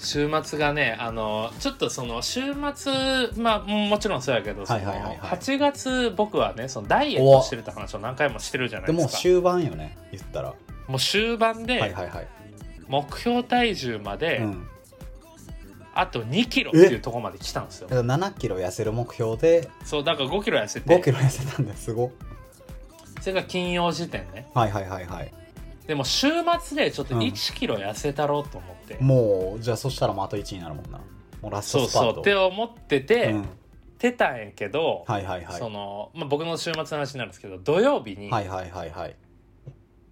Speaker 1: 週末がねあのちょっとその週末まあもちろんそうやけどその
Speaker 2: はいはいはいはい
Speaker 1: 8月僕はねそのダイエットしてるって話を何回もしてるじゃな
Speaker 2: で
Speaker 1: いで
Speaker 2: も
Speaker 1: す
Speaker 2: う
Speaker 1: か
Speaker 2: 終盤よね言ったら、
Speaker 1: もう終盤で、
Speaker 2: はいはいはい
Speaker 1: 目標体重まで
Speaker 2: うん、
Speaker 1: あと2キロっていうところまで来たんですよ
Speaker 2: だから7キロ痩せる目標で
Speaker 1: そうだから5キロ痩せ
Speaker 2: 5キ
Speaker 1: て
Speaker 2: ロ痩せたんだすご
Speaker 1: それが金曜時点ね
Speaker 2: はいはいはいはい
Speaker 1: でも週末でちょっと
Speaker 2: うん
Speaker 1: 1キロ痩せたろうと思って、
Speaker 2: もうじゃあそしたらもうあと1になるもんなもうラス
Speaker 1: そ
Speaker 2: ト
Speaker 1: う
Speaker 2: スパ
Speaker 1: そ
Speaker 2: ー
Speaker 1: う
Speaker 2: ト
Speaker 1: って思ってて、
Speaker 2: うん、
Speaker 1: てたんやけど、
Speaker 2: はいはいはい
Speaker 1: その、まあ、僕の週末の話になるんですけど土曜日に、
Speaker 2: はいはいはいはい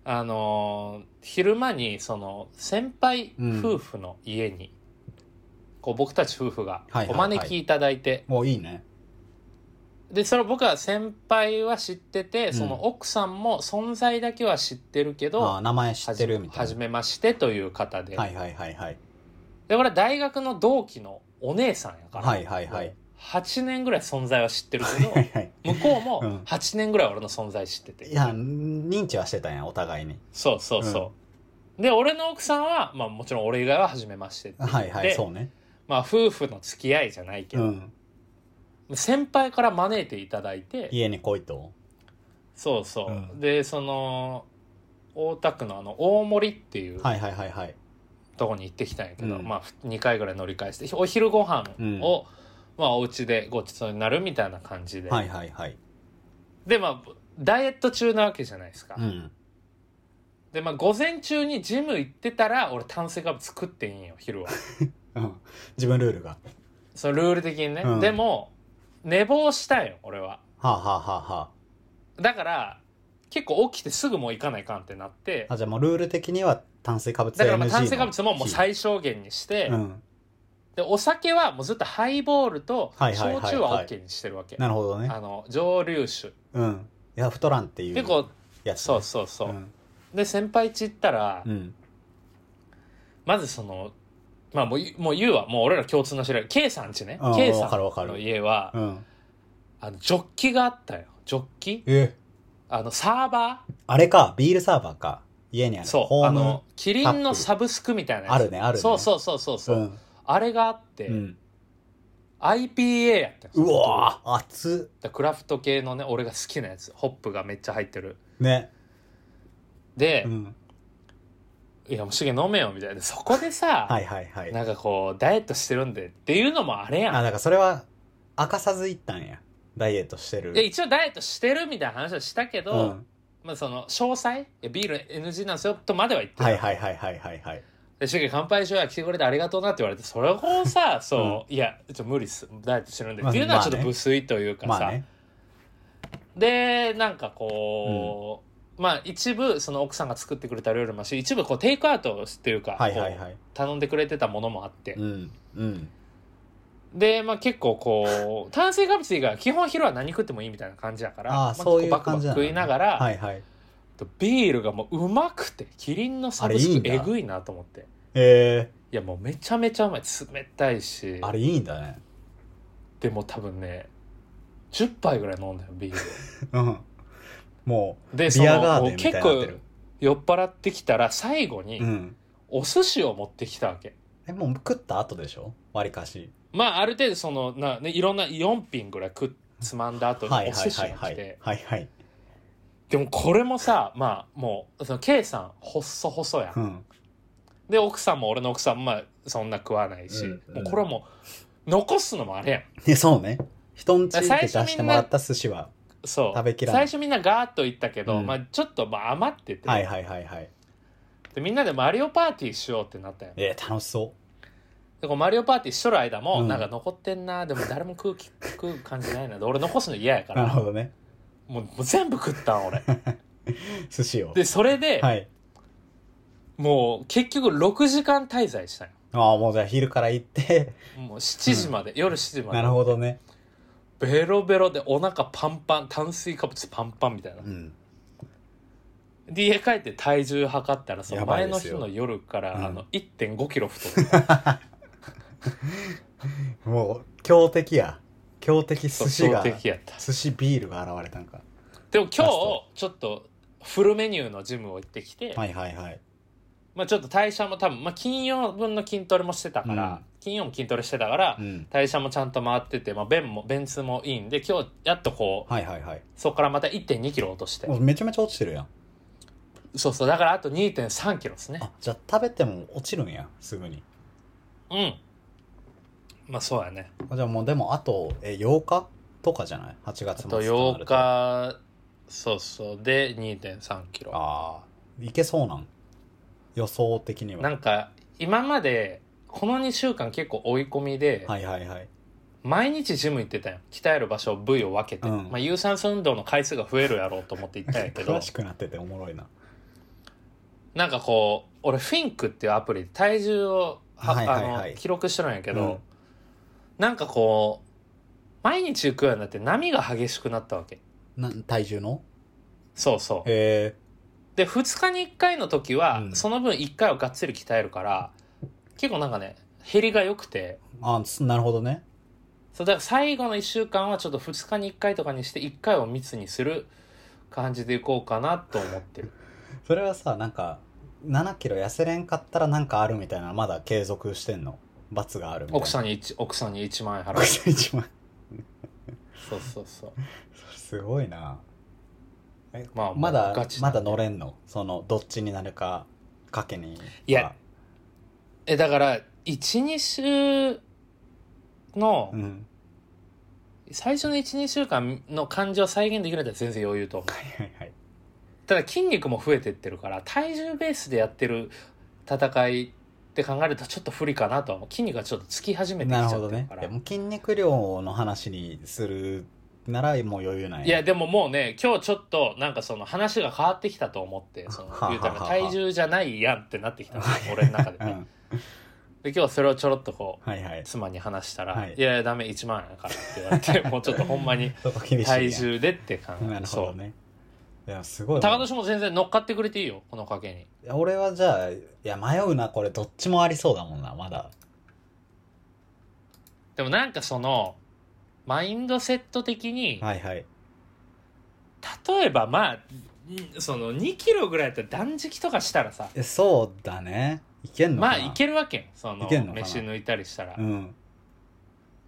Speaker 1: あのー昼間にその先輩
Speaker 2: うん
Speaker 1: 夫婦の家に、こう僕たち夫婦が
Speaker 2: はいはいはい
Speaker 1: お招きいただいて、
Speaker 2: もういいね
Speaker 1: でそれ僕は先輩は知ってて、
Speaker 2: ん
Speaker 1: その奥さんも存在だけは知ってるけ
Speaker 2: あー
Speaker 1: ど
Speaker 2: 名前知ってるみたい
Speaker 1: はじめましてという方で,、
Speaker 2: なはいはいはいはい
Speaker 1: で俺は大学の同期のお姉さんやから、
Speaker 2: はいはいはい
Speaker 1: 8年ぐらい存在は知ってるけど
Speaker 2: はいはい
Speaker 1: 向こうも
Speaker 2: うん
Speaker 1: 8年ぐらい俺の存在知ってて、
Speaker 2: いや認知はしてたんやお互いに
Speaker 1: そうそうそう、で俺の奥さんは、まあ、もちろん俺以外は初めましてって言って
Speaker 2: はいはいそうね
Speaker 1: まあ、夫婦の付き合いじゃないけ
Speaker 2: う
Speaker 1: ど、
Speaker 2: ん
Speaker 1: 先輩から招いていただいて
Speaker 2: 家に来いと
Speaker 1: そうそう、
Speaker 2: うん
Speaker 1: でその大田区のあの大森っていう
Speaker 2: はいはいはいはい
Speaker 1: とこに行ってきたんやけど、
Speaker 2: うん
Speaker 1: まあ、2回ぐらい乗り換えしてお昼ご飯を、まあ、お家でごちそうになるみたいな感じで、
Speaker 2: はいはいはい
Speaker 1: でまあダイエット中なわけじゃないですか、
Speaker 2: うん
Speaker 1: でまあ午前中にジム行ってたら俺炭水化物食っていいんよ昼は <laughs>
Speaker 2: うん自分ルールが
Speaker 1: そのルール的にね、
Speaker 2: うん
Speaker 1: でも寝坊したんよ俺は
Speaker 2: はあはあはあは
Speaker 1: だから結構起きてすぐもう行かないかんってなって
Speaker 2: ああじゃあもうルール的には炭水化物
Speaker 1: だから
Speaker 2: NG
Speaker 1: まあ
Speaker 2: の
Speaker 1: 炭水化物ももう
Speaker 2: 日
Speaker 1: 最小限にして、
Speaker 2: うん
Speaker 1: でお酒はもうずっとハイボールと
Speaker 2: はいはいはいはい
Speaker 1: 焼酎は OK にしてるわけ、
Speaker 2: なるほどね
Speaker 1: あの蒸留酒
Speaker 2: うんいや太らんっていう
Speaker 1: 結構
Speaker 2: やつ
Speaker 1: そうそうそう、
Speaker 2: ん
Speaker 1: で先輩家行ったら、
Speaker 2: うん
Speaker 1: まずそのまあもういもう言うはもう俺ら共通の知り合い K さん家ね
Speaker 2: うん
Speaker 1: K
Speaker 2: わ
Speaker 1: さ
Speaker 2: かるわか
Speaker 1: ん
Speaker 2: る
Speaker 1: の家は、
Speaker 2: うん
Speaker 1: あのジョッキがあったよジョッキ
Speaker 2: え
Speaker 1: あのサーバ
Speaker 2: あれかビールサーバーか家にあ
Speaker 1: ー
Speaker 2: る
Speaker 1: そう
Speaker 2: ホー
Speaker 1: あ
Speaker 2: ム
Speaker 1: のキリンのサブスクみたいなやつ
Speaker 2: あるねあるね
Speaker 1: そうそうそうそうそう、
Speaker 2: うん
Speaker 1: あれがあって、
Speaker 2: うん
Speaker 1: IPA やったんですよ
Speaker 2: うわー熱
Speaker 1: だからクラフト系のね俺が好きなやつホップがめっちゃ入ってる
Speaker 2: っね
Speaker 1: で、
Speaker 2: うん
Speaker 1: いやもうシゲ飲めよみたいなそこでさ、
Speaker 2: はいはいはい
Speaker 1: なんかこうダイエットしてるんでっていうのもあれやん
Speaker 2: あだからそれは明かさずいったんやダイエットしてる
Speaker 1: いや一応ダイエットしてるみたいな話はしたけど、
Speaker 2: うん
Speaker 1: まあ、その詳細いやビール NG なんですよとまでは言ってた、
Speaker 2: はいはいはいはいはいはい
Speaker 1: で「シゲ乾杯しようや来てくれてありがとうな」って言われてそれを
Speaker 2: <laughs>
Speaker 1: さそう、いやちょっと無理っすダイエットしてるんで、
Speaker 2: まあ
Speaker 1: っていうのはちょっと
Speaker 2: まあね
Speaker 1: 無粋というかさ、
Speaker 2: まあね
Speaker 1: でなんかこう、まあ一部その奥さんが作ってくれた料理もあるし一部こうテイクアウトっていうか、
Speaker 2: はいはい
Speaker 1: こ
Speaker 2: はいう
Speaker 1: 頼んでくれてたものもあって、
Speaker 2: うんうん
Speaker 1: で、まあ、結構こう炭水化物以外は基本昼は何食ってもいいみたいな感じやからま
Speaker 2: あ
Speaker 1: あ
Speaker 2: あそうい
Speaker 1: 結構
Speaker 2: う感じ
Speaker 1: バ
Speaker 2: な
Speaker 1: クバク
Speaker 2: の
Speaker 1: 食いながら、
Speaker 2: はいはい
Speaker 1: ビールがもううまくてキリンのサブス
Speaker 2: あれい
Speaker 1: ク
Speaker 2: いんだ
Speaker 1: えぐいなと思って
Speaker 2: え
Speaker 1: いやもうめちゃめちゃうまい冷たいし
Speaker 2: ーあれいいんだね
Speaker 1: でも多分ね10杯ぐらい飲んだよ
Speaker 2: <laughs>
Speaker 1: ビール
Speaker 2: うんもう
Speaker 1: でそ
Speaker 2: ビアガー
Speaker 1: の
Speaker 2: デンみたい
Speaker 1: 結
Speaker 2: になって
Speaker 1: 構
Speaker 2: る
Speaker 1: 酔っ払ってきたら最後に、
Speaker 2: うん
Speaker 1: お寿司を持ってきたわけ
Speaker 2: えもう食った後でしょわりかし
Speaker 1: まあある程度そのな、ね、いろんな4品ぐらい食っつまんだ後に
Speaker 2: はい
Speaker 1: お
Speaker 2: はい
Speaker 1: 寿司
Speaker 2: は
Speaker 1: が
Speaker 2: い
Speaker 1: 来て、
Speaker 2: はいはいはい
Speaker 1: でもこれもさまあもうその K さん細細やん、
Speaker 2: うん
Speaker 1: で奥さんも俺の奥さんもまあそんな食わないし、
Speaker 2: うんうん
Speaker 1: もうこれはもう残すのもあれやん
Speaker 2: ねそうね人んちで
Speaker 1: 最
Speaker 2: 出
Speaker 1: 初みんな
Speaker 2: してもらった寿司は
Speaker 1: そう
Speaker 2: 食べきらな
Speaker 1: 最
Speaker 2: い
Speaker 1: 初みんなガーッと言ったけど、
Speaker 2: うん
Speaker 1: まあ、ちょっとまあ余ってて、
Speaker 2: はいはいはいはい
Speaker 1: でみんなでマリオパーティーしようってなったよ
Speaker 2: えー、楽しそ
Speaker 1: でこうマリオパーティーしとる間も、
Speaker 2: うん
Speaker 1: なんか残ってんなでも誰も食う気 <laughs> 食う感じないなで俺残すの嫌やか
Speaker 2: うなるほ
Speaker 1: ら
Speaker 2: どね
Speaker 1: もうもう全部食ったん俺
Speaker 2: <laughs> 寿司を
Speaker 1: でそれで、
Speaker 2: はい
Speaker 1: もう結局6時間滞在したよ
Speaker 2: ああもうじゃあ昼から行って
Speaker 1: もう7時まで、夜7時まで
Speaker 2: なるほどね
Speaker 1: ベロベロでお腹パンパン炭水化物パンパンみたいな
Speaker 2: うん
Speaker 1: で家帰って体重測ったらその
Speaker 2: やば
Speaker 1: 前
Speaker 2: いで
Speaker 1: の
Speaker 2: す
Speaker 1: 日
Speaker 2: よ
Speaker 1: の夜から、
Speaker 2: うん
Speaker 1: あの1 5キロ太って
Speaker 2: もう強敵や強敵
Speaker 1: た
Speaker 2: 寿司が
Speaker 1: 的やった
Speaker 2: 寿司ビールが現れたんか
Speaker 1: でも今
Speaker 2: ラス
Speaker 1: 日
Speaker 2: ト
Speaker 1: ちょっとフルメニューのジムを行ってきて、
Speaker 2: はいはいはい
Speaker 1: まあ、ちょっと代謝も多分、まあ、金曜分の筋トレもしてたから、
Speaker 2: うん
Speaker 1: 金曜も筋トレしてたから、
Speaker 2: うん
Speaker 1: 代謝もちゃんと回ってて、まあ、便も便通もいいんで今日やっとこう
Speaker 2: はいはいはい
Speaker 1: そこからまた1 2キロ落として
Speaker 2: もうめちゃめちゃ落ちてるやん
Speaker 1: そうそうだからあと2 3キロですね
Speaker 2: あじゃあ食べても落ちるんやすぐに
Speaker 1: うんまあそうやね
Speaker 2: あじゃあもうでもあとえ8日とかじゃない8
Speaker 1: あ
Speaker 2: 月
Speaker 1: と
Speaker 2: 末とな
Speaker 1: 8
Speaker 2: る
Speaker 1: 日そうそうで2 3キロ
Speaker 2: ああいけそうなん予想的には
Speaker 1: なんか今までこの2週間結構追い込みで、
Speaker 2: はいはいはい
Speaker 1: 毎日ジム行ってたよ鍛える場所部位を分けて、
Speaker 2: うん
Speaker 1: まあ、有酸素運動の回数が増えるやろうと思って行ったんや
Speaker 2: <laughs>
Speaker 1: けど
Speaker 2: 詳しくなってておもろいな
Speaker 1: なんかこう俺フィンクっていうアプリで体重をは
Speaker 2: はいはいはい
Speaker 1: あの記録してるんやけど、
Speaker 2: うん
Speaker 1: なんかこう毎日行くようになって波が激しくなったわけ
Speaker 2: な体重の
Speaker 1: そうそう
Speaker 2: へ
Speaker 1: で2日に1回の時は、
Speaker 2: うん
Speaker 1: その分1回をがっつり鍛えるから結構なんかね減りが良くて
Speaker 2: えあすなるほどね
Speaker 1: そうだから最後の1週間はちょっと2日に1回とかにして1回を密にする感じでいこうかなと思ってる
Speaker 2: それはさなんか7キロ痩せれんかったらなんかあるみたいなまだ継続してんの罰があるみたいな
Speaker 1: 奥さんに一奥さんに1万円払う
Speaker 2: 奥 <laughs> さん一万
Speaker 1: そうそうそう
Speaker 2: すごいなえ
Speaker 1: まあ
Speaker 2: まだ
Speaker 1: ガチ
Speaker 2: まだ乗れんのそのどっちになるか賭けに
Speaker 1: いやえだから12週の
Speaker 2: うん
Speaker 1: 最初の12週間の感じを再現できるんだったら全然余裕と思う
Speaker 2: はいはいはい
Speaker 1: ただ筋肉も増えてってるから体重ベースでやってる戦いって考えるとちょっと不利かなとは思う筋肉がちょっとつき始めてきちゃ
Speaker 2: なる
Speaker 1: って
Speaker 2: ほど
Speaker 1: る
Speaker 2: ね
Speaker 1: から、
Speaker 2: いやもう筋肉量の話にするならもう余裕ない
Speaker 1: いやでももうね今日ちょっとなんかその話が変わってきたと思ってその
Speaker 2: はあはあ
Speaker 1: 言うたら体重じゃないやんってなってきたの俺の中で
Speaker 2: <laughs> う
Speaker 1: ね
Speaker 2: ん
Speaker 1: で今日それをちょろっとこう
Speaker 2: はいはい
Speaker 1: 妻に話したら「
Speaker 2: はい
Speaker 1: い、やいやダメ1万円やから」って言われ
Speaker 2: <laughs>
Speaker 1: てもうちょっとほんまに
Speaker 2: そこ厳しいね
Speaker 1: 体重でって感
Speaker 2: なる
Speaker 1: じそ
Speaker 2: ほど
Speaker 1: う
Speaker 2: ねいやすごい
Speaker 1: 高年も全然乗っかってくれていいよこの賭けに
Speaker 2: いや俺はじゃあいや迷うなこれどっちもありそうだもんなまだ
Speaker 1: でもなんかそのマインドセット的に、
Speaker 2: はいはい
Speaker 1: 例えばまあんその2キロぐらいやったら断食とかしたらさ
Speaker 2: えそうだねいけんのか
Speaker 1: ま
Speaker 2: な
Speaker 1: あいけるわけよその
Speaker 2: いけんのかな
Speaker 1: 飯抜いたりしたら、
Speaker 2: うん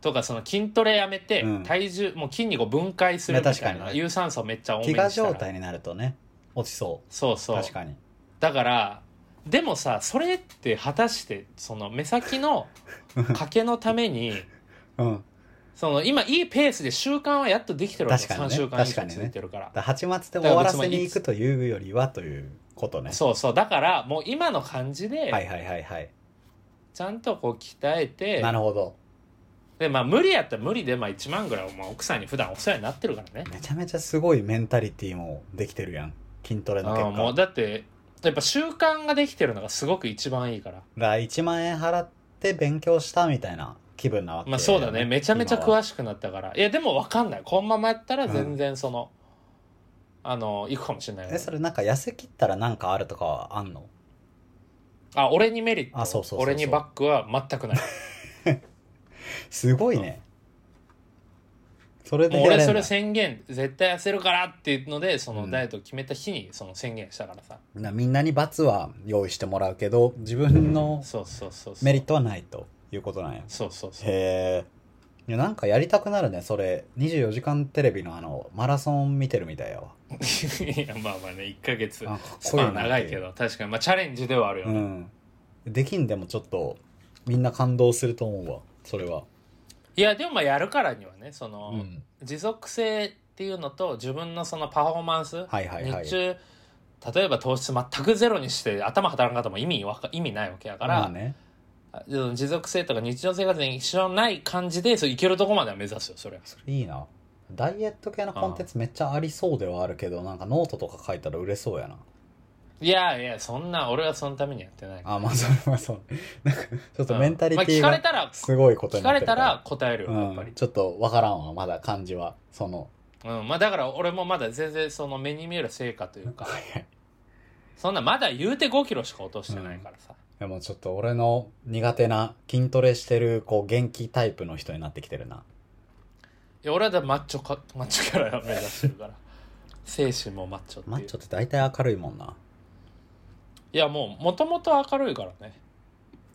Speaker 1: とかその筋トレやめて、
Speaker 2: うん
Speaker 1: 体重もう筋肉を分解するみ
Speaker 2: まあ
Speaker 1: た
Speaker 2: 確か
Speaker 1: い
Speaker 2: に
Speaker 1: な、
Speaker 2: ね
Speaker 1: 有酸素めっちゃ多めに
Speaker 2: 飢
Speaker 1: したら
Speaker 2: 餓状態になるとね落ちそ
Speaker 1: そう
Speaker 2: う
Speaker 1: そう
Speaker 2: 確かに
Speaker 1: だからでもさそれって果たしてその目先の賭けのため
Speaker 2: <laughs>
Speaker 1: に
Speaker 2: うん
Speaker 1: その今いいペースで習慣はやっとできてるわけ
Speaker 2: 確かにね
Speaker 1: 3週間以
Speaker 2: 確か
Speaker 1: 上
Speaker 2: にね
Speaker 1: 続いてるから
Speaker 2: だから8月で終わらせに行くというよりはということね
Speaker 1: そうそうだからもう今の感じ
Speaker 2: はい
Speaker 1: で
Speaker 2: はいはいはい
Speaker 1: ちゃんとこう鍛えて、
Speaker 2: なるほど
Speaker 1: でまあ無理やったら無理で、まあ、1万ぐらいはまあ奥さんに普段お世話になってるからね
Speaker 2: めちゃめちゃすごいメンタリティーもできてるやん筋トレの結
Speaker 1: うんもう
Speaker 2: 果
Speaker 1: だってやっぱ習慣ができてるのがすごく一番いいから
Speaker 2: だ1万円払って勉強したみたいな気分なわけ
Speaker 1: まあそうだねめちゃめちゃ詳
Speaker 2: し
Speaker 1: しくなったからいやでも分かんないこのままやったら全然その、あの行くかもしれないよ
Speaker 2: えそれなんか痩せ切ったらなんかあるとかはあんの
Speaker 1: あ俺にメリット
Speaker 2: あそうそうそうそう
Speaker 1: 俺にバックは全くない
Speaker 2: すごいね、それ
Speaker 1: もう
Speaker 2: でやれん
Speaker 1: 俺
Speaker 2: だ
Speaker 1: それ宣言絶対痩せるからっていうのでその
Speaker 2: うん
Speaker 1: ダイエットを決めた日にその宣言したからさ、
Speaker 2: なみんなに罰は用意してもらうけど自分の
Speaker 1: そうそうそうそう
Speaker 2: メリットはないということなんや
Speaker 1: そうそうそう <laughs>
Speaker 2: へえいやなんかやりたくなるねそれ24時間テレビのあのマラソン見てるみたいやわ
Speaker 1: いやまあまあね1ヶ月
Speaker 2: あかっ
Speaker 1: ス
Speaker 2: こいい
Speaker 1: パ
Speaker 2: な
Speaker 1: ン長いけど確かにまあチャレンジではあるよ
Speaker 2: う
Speaker 1: ね、
Speaker 2: んできんでもちょっとみんな感動すると思うわそれはい
Speaker 1: やでもまあやるからにはねその、
Speaker 2: うん
Speaker 1: 持続性っていうのと自分のそのパフォーマンス、
Speaker 2: はいはいはい
Speaker 1: 日中例えば糖質全くゼロにして頭働かんかったも意味わか意味ないわけやから、
Speaker 2: まあね
Speaker 1: 持続性とか日常生活に一緒ない感じでそういけるとこまでは目指すよそれは。
Speaker 2: それいいなダイエット系のコンテンツめっちゃありそうではあるけどなんかノートとか書いたら売れそうやない
Speaker 1: やいやそんな俺はそのためにやってないから
Speaker 2: あまあそれはそうなんかちょっとメンタリティー
Speaker 1: まあ、聞かれ
Speaker 2: が
Speaker 1: たら
Speaker 2: すごいこと
Speaker 1: 聞
Speaker 2: にな
Speaker 1: かれ
Speaker 2: ってるか
Speaker 1: たら
Speaker 2: ら
Speaker 1: 答えるよやっぱ
Speaker 2: う
Speaker 1: り
Speaker 2: ん、、ちょっとわからんわまだ感じはその
Speaker 1: うんまあ、だから俺もまだ全然その目に見える成果というか
Speaker 2: はいはい
Speaker 1: そんなまだ言うて5キロしか落としてないからさ、
Speaker 2: でもちょっと俺の苦手な筋トレしてるこう元気タイプの人になってきてるない
Speaker 1: や俺はだマッチョかマッチョキャラを目指してるから精神もマッチョっていう
Speaker 2: マッチョって大体明るいもんない
Speaker 1: やもうもともと明るいからね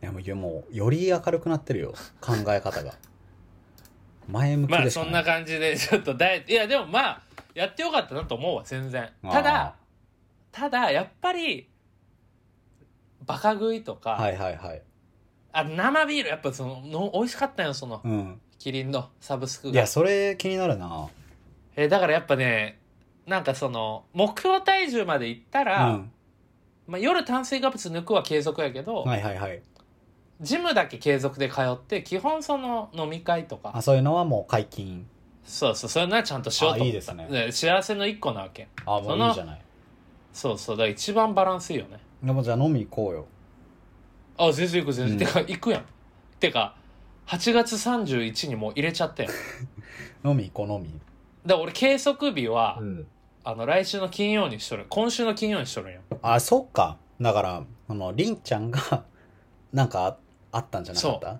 Speaker 2: いやもうもうより明るくなってるよ考え方が前向き
Speaker 1: まあ
Speaker 2: でし
Speaker 1: そ
Speaker 2: か
Speaker 1: ん
Speaker 2: な、
Speaker 1: ない感じでちょっとダイエットいやでもまあやってよかったなと思うわ全然ただただやっぱりバカ食いとか、
Speaker 2: はいはいはい。
Speaker 1: あ生ビールやっぱそのの美味しかったよその
Speaker 2: うん。
Speaker 1: キリンのサブスク
Speaker 2: い
Speaker 1: が
Speaker 2: や、それ気になるな。
Speaker 1: えーだからやっぱねなんかその目標体重までいった
Speaker 2: う
Speaker 1: ら、
Speaker 2: ん。
Speaker 1: まあ、夜炭水化物抜くは継続やけど、
Speaker 2: はいはいはい。
Speaker 1: ジムだけ継続で通って基本その飲み会と
Speaker 2: あ、
Speaker 1: か
Speaker 2: そういうのはもう解禁。
Speaker 1: そうそうそういうのはちゃんとしようと思
Speaker 2: あ
Speaker 1: っ
Speaker 2: い
Speaker 1: た
Speaker 2: いですね
Speaker 1: 幸せの一個なわけ
Speaker 2: あ、も
Speaker 1: そうの
Speaker 2: いいじゃない。
Speaker 1: そうそうだから一番バランスいいよね
Speaker 2: でもじゃあ飲み行こうよ。
Speaker 1: あ全然行く全然、
Speaker 2: うん
Speaker 1: てか行くやんてか8月31にもう入れちゃったよだか
Speaker 2: 飲み行こう飲み。
Speaker 1: ら俺計測日は、
Speaker 2: ん。
Speaker 1: あの来週の金曜にしとる今週の金曜にしとるんよ
Speaker 2: あ、そっか。だから、あの、りんちゃんが、 <laughs> なんかああったんじゃなかった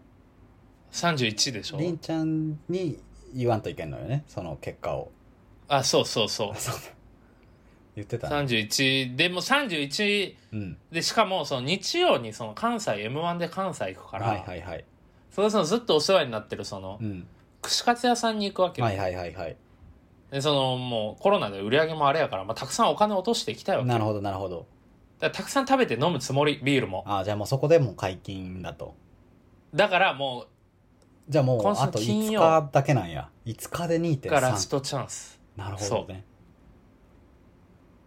Speaker 1: 31でしょ
Speaker 2: りんちゃんに言わんといけんのよね。その結果を。
Speaker 1: あそうそうそう
Speaker 2: あそうだ <laughs> 言ってたね。
Speaker 1: 31でも31
Speaker 2: うん。
Speaker 1: でしかもその日曜にその関西 m 1で関西行くから、
Speaker 2: はいはいはい。
Speaker 1: それそのずっとお世話になってるその
Speaker 2: うん。
Speaker 1: 串カツ屋さんに行くわけよ、
Speaker 2: はいはいはいはい。
Speaker 1: でそのもうコロナで売り上げもあれやから、まあ、たくさんお金落としていきたいわけ
Speaker 2: な
Speaker 1: だか
Speaker 2: るほどなるほど。
Speaker 1: らたくさん食べて飲むつもりビールも
Speaker 2: あ、じゃあもうそこでもう解禁だと。
Speaker 1: だからも
Speaker 2: じゃあもう
Speaker 1: 今週
Speaker 2: あと
Speaker 1: 金
Speaker 2: 5
Speaker 1: 曜
Speaker 2: 日だけなんや。5日で
Speaker 1: うがラス
Speaker 2: 2.3。
Speaker 1: トチャンス
Speaker 2: なるほどね。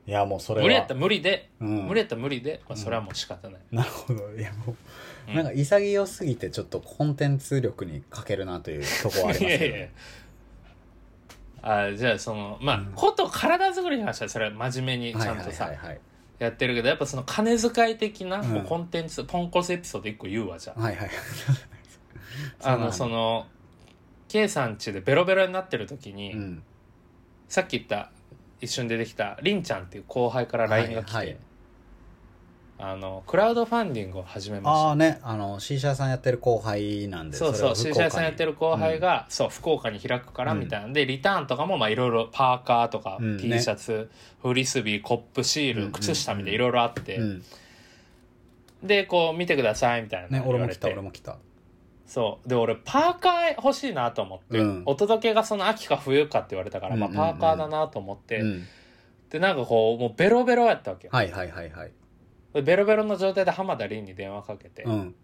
Speaker 2: いやもうそれは。
Speaker 1: 無理やったら無理で、
Speaker 2: うん
Speaker 1: 無理やったら無理で、まあ、それはもう仕方ない、
Speaker 2: なるほど。いやも
Speaker 1: う
Speaker 2: う、なんか潔すぎてちょっとコンテンツ力に欠けるなというとこはありますけど、ね。
Speaker 1: いやいやあじゃあそのまあ、
Speaker 2: うん
Speaker 1: こと体作りに関してはそれは真面目にち
Speaker 2: はい
Speaker 1: ゃ
Speaker 2: は
Speaker 1: ん
Speaker 2: い
Speaker 1: とさ、
Speaker 2: はいはい。
Speaker 1: やってるけどやっぱその金遣い的な、
Speaker 2: うん
Speaker 1: もうコンテンツポンコツエピソード1個言うわじゃ
Speaker 2: はいはい。
Speaker 1: ああのその K さん家でベロベロになってる時に、
Speaker 2: うん。
Speaker 1: さっき言った一瞬出てきたりんちゃんっていう後輩から LINE が来て、
Speaker 2: はいはい
Speaker 1: あのクラウドファンディングを始め
Speaker 2: あ
Speaker 1: ま
Speaker 2: あね、あの、シーシャーさんやってる後輩なん
Speaker 1: し
Speaker 2: で。
Speaker 1: たそうそう
Speaker 2: れ
Speaker 1: シ
Speaker 2: を
Speaker 1: ー
Speaker 2: 福
Speaker 1: シャ
Speaker 2: 岡に
Speaker 1: ーさんやってる後輩、が、そう福岡に開くからみたいなんで、リターンとかもまあいろいろパーカーとか、
Speaker 2: うんね
Speaker 1: T シャツフリスビーコップシール、
Speaker 2: うん
Speaker 1: 靴下みたいないろいろあって、
Speaker 2: うんうん
Speaker 1: でこう見てくださいみたいな
Speaker 2: ね、俺も来た、
Speaker 1: て
Speaker 2: 俺も来た。
Speaker 1: そうで俺パーカー欲しいなと思って、
Speaker 2: うん
Speaker 1: お届けがその秋か冬かって言われたから、
Speaker 2: うんうん
Speaker 1: ま
Speaker 2: うん
Speaker 1: あ、パーカーだなと思って、
Speaker 2: うん。
Speaker 1: でなんかこうもうベロベロやったわけよ、
Speaker 2: はいはいはいはい。
Speaker 1: でベロベロの状態で浜田凛に電話かけて、
Speaker 2: うん。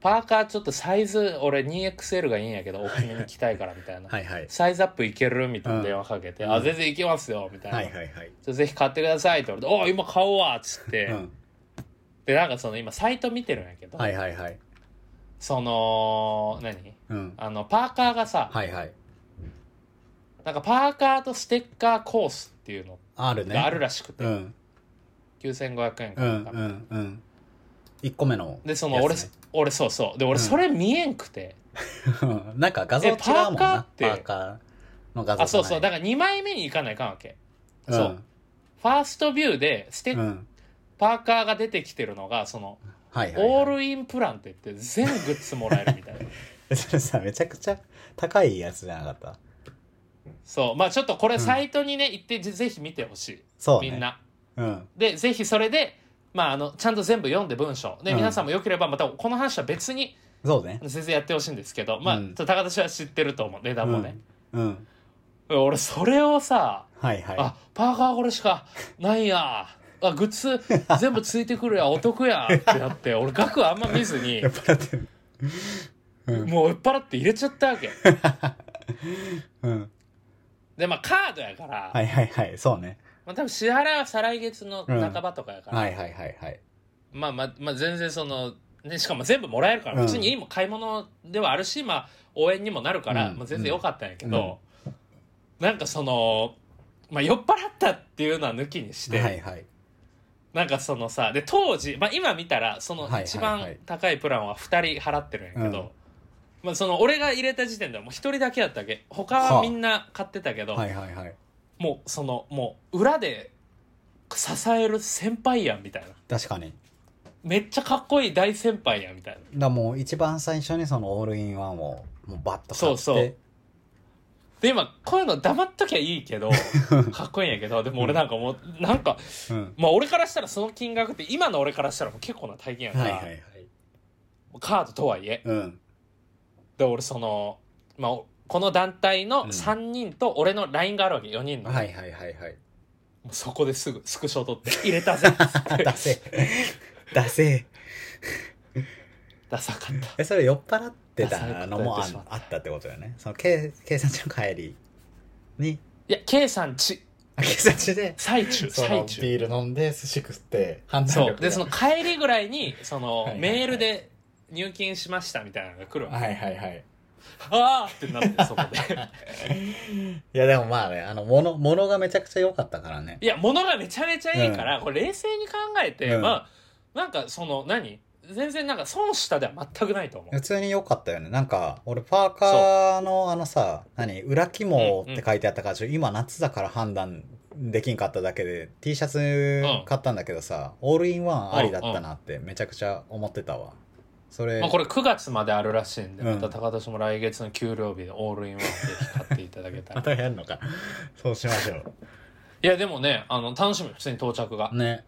Speaker 1: パーカーちょっとサイズ俺 2XL がいいんやけど大きめに着たいからみたいな、
Speaker 2: はいはい。
Speaker 1: サイズアップいけるみたいな電話かけて「
Speaker 2: うん
Speaker 1: あ全然いけますよ」みたいな、
Speaker 2: はいはいはい。
Speaker 1: ちょぜひ買ってください」って言われて「お今買おうわ」っつって、
Speaker 2: うん。
Speaker 1: でなんかその今サイト見てるんやけど、
Speaker 2: はいはいはい。
Speaker 1: その何
Speaker 2: うん。
Speaker 1: あのパーカーがさ、
Speaker 2: はいはい。
Speaker 1: なんかパーカーとステッカーコースっていうの
Speaker 2: あるね。
Speaker 1: があるらしくて、
Speaker 2: うん。
Speaker 1: 9500円か
Speaker 2: うん
Speaker 1: なんか、
Speaker 2: うんうん。1個目の。
Speaker 1: でその俺、
Speaker 2: やつね
Speaker 1: 俺そうそうで
Speaker 2: うん
Speaker 1: 俺それ見えんくて、
Speaker 2: なんか画像違うも
Speaker 1: え
Speaker 2: ん
Speaker 1: パーカー
Speaker 2: な
Speaker 1: っ。
Speaker 2: パ
Speaker 1: て
Speaker 2: ーカーの画像じゃない。
Speaker 1: あそうそうだから2枚目に行かないかんわけ
Speaker 2: うん
Speaker 1: そう。ファーストビューでステッ、
Speaker 2: うん。
Speaker 1: パーカーが出てきてるのがその、
Speaker 2: はいはいはい。
Speaker 1: オールインプランって言って全グッズもらえるみ
Speaker 2: <laughs>
Speaker 1: たいな
Speaker 2: それさ、めちゃくちゃ高いやつじゃなかった。
Speaker 1: そうまあちょっとこれサイトにね、行ってぜぜひ見てほしい、
Speaker 2: そうね。
Speaker 1: みん。な
Speaker 2: うん。
Speaker 1: でぜひそれでまああのちゃんと全部読んで文章で、
Speaker 2: うん
Speaker 1: 皆さんもよければまたこの話は別に
Speaker 2: そうね。
Speaker 1: 全然やってほしいんですけどまあ、
Speaker 2: うん
Speaker 1: ちょっと高田氏は知ってると思う値段もね、
Speaker 2: うん。うん。
Speaker 1: 俺それをさ、
Speaker 2: はいはい。
Speaker 1: あパーカーこれしかないやあグッ
Speaker 2: <laughs>
Speaker 1: ズ全部ついてくるやお得やってなって俺額あんま見ずに
Speaker 2: やっぱだってる。うん
Speaker 1: もう酔っ払って入れちゃったわけ
Speaker 2: うん。
Speaker 1: でまあカードやから、
Speaker 2: はいはいはい。そうね。
Speaker 1: まあ、多分支払いは再来月の半ばとかやから、
Speaker 2: はいはいはいはい。
Speaker 1: まあまあまあ全然その、ね、しかも全部もらえるから
Speaker 2: うん
Speaker 1: 普通にいいもん買い物ではあるし、まあ応援にもなるから、
Speaker 2: うん
Speaker 1: まあ、全然良かったんやけど、なんかその、まあ、酔っ払ったっていうのは抜きにして、
Speaker 2: はいはい。
Speaker 1: なんかそのさで当時、まあ、今見たらその
Speaker 2: はいはいはい
Speaker 1: 一番高いプランは2人払ってるんやけど、
Speaker 2: うん
Speaker 1: まあ、その俺が入れた時点ではもう1人だけやったわけ他
Speaker 2: は
Speaker 1: は
Speaker 2: あ
Speaker 1: みんな買ってたけど、
Speaker 2: はいはいはい。
Speaker 1: もうそのもう裏で支える先輩やんみたいな
Speaker 2: 確かに。だか
Speaker 1: めっちゃかっこいい大先輩やんみたいな
Speaker 2: らもう一番最初にそのオールインワンをもうバッと買って。
Speaker 1: そうそうで今こういうの黙っときゃいい
Speaker 2: <laughs>
Speaker 1: けどかっこいいんやけどでも俺なんかもう、なんか
Speaker 2: うん。
Speaker 1: まあ俺からしたらその金額って今の俺からしたらもう結構な大金やから、
Speaker 2: はいはいはい。
Speaker 1: カードとはいえ
Speaker 2: うん。
Speaker 1: で俺その、まあ、おこの団体
Speaker 2: う
Speaker 1: の
Speaker 2: ん
Speaker 1: 3人と俺の LINE があるわけ4人の、
Speaker 2: はいはいはいはい。 <laughs>
Speaker 1: もうそこですぐスクショ撮って入れたぜっつって
Speaker 2: 出せ。出せ。
Speaker 1: ダサかった
Speaker 2: え、それ酔っ払って
Speaker 1: ダサいことや
Speaker 2: た
Speaker 1: って
Speaker 2: のもあ
Speaker 1: しまった
Speaker 2: あったってことだよね。その、け警察の帰りに、
Speaker 1: いや K さんち
Speaker 2: あ警
Speaker 1: <laughs>
Speaker 2: 察で、
Speaker 1: 最中
Speaker 2: その
Speaker 1: 最
Speaker 2: ビ
Speaker 1: 中
Speaker 2: ール飲んで寿司食って判断
Speaker 1: そ
Speaker 2: 力
Speaker 1: うでその
Speaker 2: が
Speaker 1: 帰りぐらいにその
Speaker 2: はいはいはい
Speaker 1: メールで入金しましたみたいなのが来るわ
Speaker 2: はいはいはい
Speaker 1: ああってなってそこで
Speaker 2: <laughs> いやでもまあねあの物物がめちゃくちゃ良かったからね
Speaker 1: いや物がめちゃめちゃいいから、これ冷静に考えて、
Speaker 2: うん
Speaker 1: まあなんかその何全然なんか損したでは全くないと思う
Speaker 2: 普通に良かったよねなんか俺パーカーのあのさ何裏肝って書いてあったから、ちょ今夏だから判断できんかっただけで T シャツ買ったんだけどさ、オールインワンありだったなってめちゃくちゃ思ってたわそれ、
Speaker 1: まあ、これ9月まであるらしいんで、
Speaker 2: う
Speaker 1: ま
Speaker 2: ん
Speaker 1: た高田氏も来月の給料日でオールインワンで買っていただけた
Speaker 2: <laughs> ま
Speaker 1: ら
Speaker 2: たやるのかそうしましょ
Speaker 1: いやでもねあの楽しみ普通に到着が
Speaker 2: うね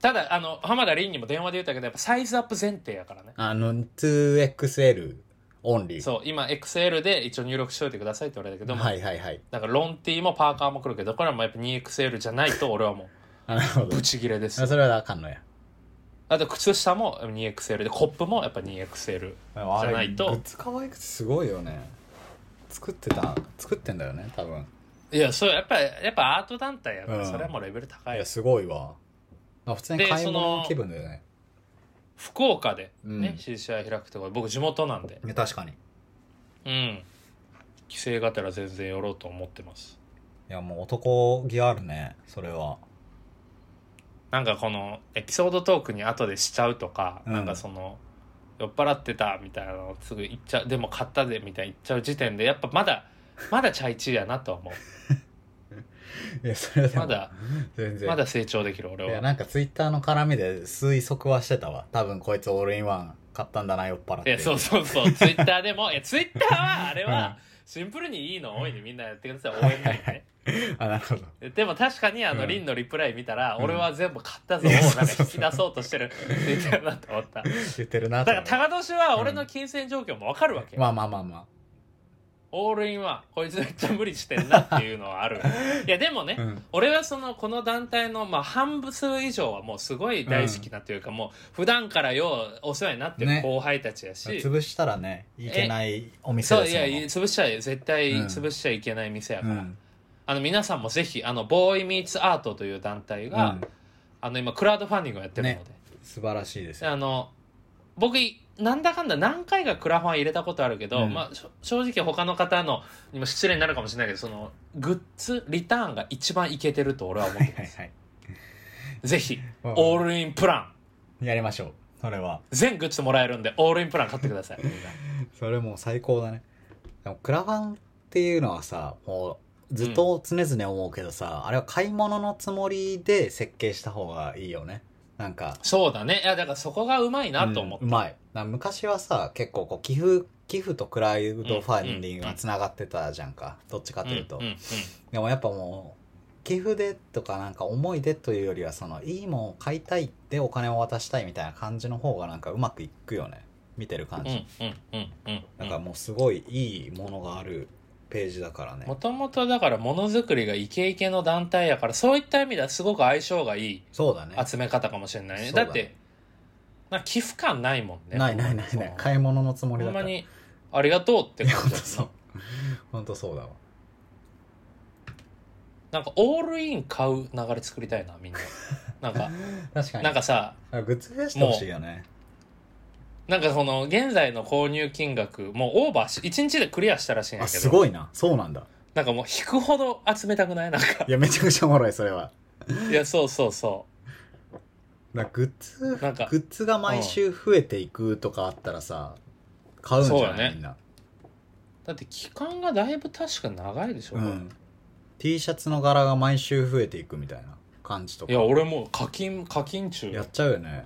Speaker 1: ただあの浜田凛にも電話で言ったけどやっぱサイズアップ前提やからね
Speaker 2: あの 2XL オンリー
Speaker 1: そう今 XL で一応入力しといてくださいって言われたけど、
Speaker 2: はいはいはい
Speaker 1: だからロンティーもパーカーも来るけどこれはもうやっぱ 2XL じゃないと俺はも
Speaker 2: あなるほ
Speaker 1: う
Speaker 2: ど
Speaker 1: ブチギレです
Speaker 2: あそれはあかんのや
Speaker 1: あと靴下も 2XL でコップもやっぱ 2XL
Speaker 2: あ
Speaker 1: じゃないと
Speaker 2: グッズ可愛くてすごいよね作ってた作ってんだよね多分
Speaker 1: いやそうやっぱやっぱアート団体やから、
Speaker 2: うん
Speaker 1: それはもうレベル高
Speaker 2: い
Speaker 1: い
Speaker 2: やすごいわあ普通に
Speaker 1: で
Speaker 2: 買い
Speaker 1: そ
Speaker 2: 物
Speaker 1: の
Speaker 2: の気分だよね
Speaker 1: 福岡でね、
Speaker 2: うん
Speaker 1: CCI 開くとこ僕地元なんで
Speaker 2: いや確かにい
Speaker 1: うん帰省がてら全然寄ろうと思ってます
Speaker 2: やもう男気あるねそれは
Speaker 1: なんかこのエピソードトークに後でしちゃうとか、
Speaker 2: うん
Speaker 1: なんかその酔っ払ってたみたいなのすぐ言っちゃうでも買ったでみたいな言っちゃう時点でやっぱまだまだチャイチーやなとは思う
Speaker 2: いやそれでも
Speaker 1: まだ
Speaker 2: 全然
Speaker 1: まだ成長できる俺
Speaker 2: いや
Speaker 1: は
Speaker 2: なんかツイッターの絡みで推測はしてたわ多分こいつオールインワン買ったんだな酔っ払っ
Speaker 1: い
Speaker 2: て
Speaker 1: やそうそうそう
Speaker 2: <laughs>
Speaker 1: ツイッターでもいやツイッターはあれ
Speaker 2: うん
Speaker 1: はシンプルにいいの多いにみんなやってください応援ない
Speaker 2: <laughs>
Speaker 1: ね
Speaker 2: あなるほど
Speaker 1: でも確かにあ
Speaker 2: う
Speaker 1: の
Speaker 2: ん
Speaker 1: リンのリプライ見たら、
Speaker 2: うん
Speaker 1: 俺は全部買ったぞを
Speaker 2: いや
Speaker 1: なんか
Speaker 2: そうそう
Speaker 1: 引き出そうと
Speaker 2: <laughs>
Speaker 1: してるツイッターだなと思った
Speaker 2: 言ってるな
Speaker 1: だ
Speaker 2: と
Speaker 1: か
Speaker 2: 思
Speaker 1: ら
Speaker 2: う
Speaker 1: 高年は俺の金銭状況もわかるわけ、
Speaker 2: まあまあまあま
Speaker 1: オールインはこいつめっちゃ無理してんなっていうのはあ
Speaker 2: <laughs>
Speaker 1: るいやでもね、
Speaker 2: あうん
Speaker 1: 俺はそのこの団体のまあ半分数以上はもうすごい大好きなというか、もう普段からようお世話になってる
Speaker 2: ね
Speaker 1: 後輩たちやし、
Speaker 2: 潰したらねいけないお店
Speaker 1: そう
Speaker 2: で
Speaker 1: い
Speaker 2: す
Speaker 1: や
Speaker 2: よ
Speaker 1: 潰しちゃ絶対
Speaker 2: うん
Speaker 1: 潰しちゃいけない店やから、
Speaker 2: うん
Speaker 1: あの皆さんもぜひあのボーイミーツアートという団体が、
Speaker 2: うん
Speaker 1: あの今クラウドファンディングをやってるので、
Speaker 2: 素晴らしいです
Speaker 1: であの僕なんだかんだ何回かクラファン入れたことあるけど、
Speaker 2: うん
Speaker 1: まあ、しょ正直他の方のにも失礼になるかもしれないけどそのグッズリターンが一番いけてると俺は思ってます
Speaker 2: はい <laughs>
Speaker 1: ぜひ
Speaker 2: うん
Speaker 1: オールインプラン
Speaker 2: やりましょうそれは
Speaker 1: 全グッズもらえるんでオールインプラン買ってくださいみんな
Speaker 2: それもう最高だねでもクラファンっていうのはさもうずっと常々思うけどさ、あれは買い物のつもりで設計した方がいいよねなんか
Speaker 1: そうだねいやだからそこがうまいなと思って、
Speaker 2: うんうまいな昔はさ結構こう寄付寄付とクラウドファンディングがつながってたじゃんか、どっちか
Speaker 1: う
Speaker 2: と
Speaker 1: んう
Speaker 2: い
Speaker 1: ん
Speaker 2: うと、
Speaker 1: うん
Speaker 2: でもやっぱもう寄付でとかなんか思い出というよりはそのいいもんを買いたいでお金を渡したいみたいな感じの方がなんかうまくいくよね見てる感
Speaker 1: う
Speaker 2: じ、
Speaker 1: んうんうんうん
Speaker 2: なんかもうすごいいいものがあるページだからね
Speaker 1: もともとだからものづくりがイケイケの団体やからそういった意味ではすごく相性がいい
Speaker 2: そうだね
Speaker 1: 集め方かもしれないね
Speaker 2: そう
Speaker 1: だ
Speaker 2: だね
Speaker 1: ってなんか寄付感ないもんね
Speaker 2: ないないないない
Speaker 1: その
Speaker 2: 買い物のつもり
Speaker 1: ほ
Speaker 2: だ
Speaker 1: ん
Speaker 2: か
Speaker 1: ま
Speaker 2: ら
Speaker 1: にありがとうって
Speaker 2: いや
Speaker 1: 感
Speaker 2: 本
Speaker 1: じ
Speaker 2: 当
Speaker 1: だ
Speaker 2: そう
Speaker 1: な
Speaker 2: 本当そうだわ
Speaker 1: なんかオールイン買う流れ作りたいな
Speaker 2: <laughs>
Speaker 1: みんななんか
Speaker 2: 確かに
Speaker 1: なんかさ
Speaker 2: あグッズ増やしてほしいよね
Speaker 1: なんかその現在の購入金額もうオーバーし1日でクリアしたらしいんや
Speaker 2: あ
Speaker 1: けど
Speaker 2: すごいなそうなんだ
Speaker 1: なんかもう引くほど集めたくない
Speaker 2: <laughs>
Speaker 1: なんか
Speaker 2: いやめちゃくちゃおもろいそれはい
Speaker 1: やそうそうそ
Speaker 2: だからグッズ
Speaker 1: なんか
Speaker 2: グッズが毎週増えていくとかあったらさ買うんじ
Speaker 1: そう
Speaker 2: ゃ
Speaker 1: だ
Speaker 2: ない、
Speaker 1: ね
Speaker 2: みんな
Speaker 1: うだって期間がだいぶ確か長いでしょ、
Speaker 2: うん T シャツの柄が毎週増えていくみたいな感じとか
Speaker 1: いや俺もう課金課金中
Speaker 2: やっちゃうよね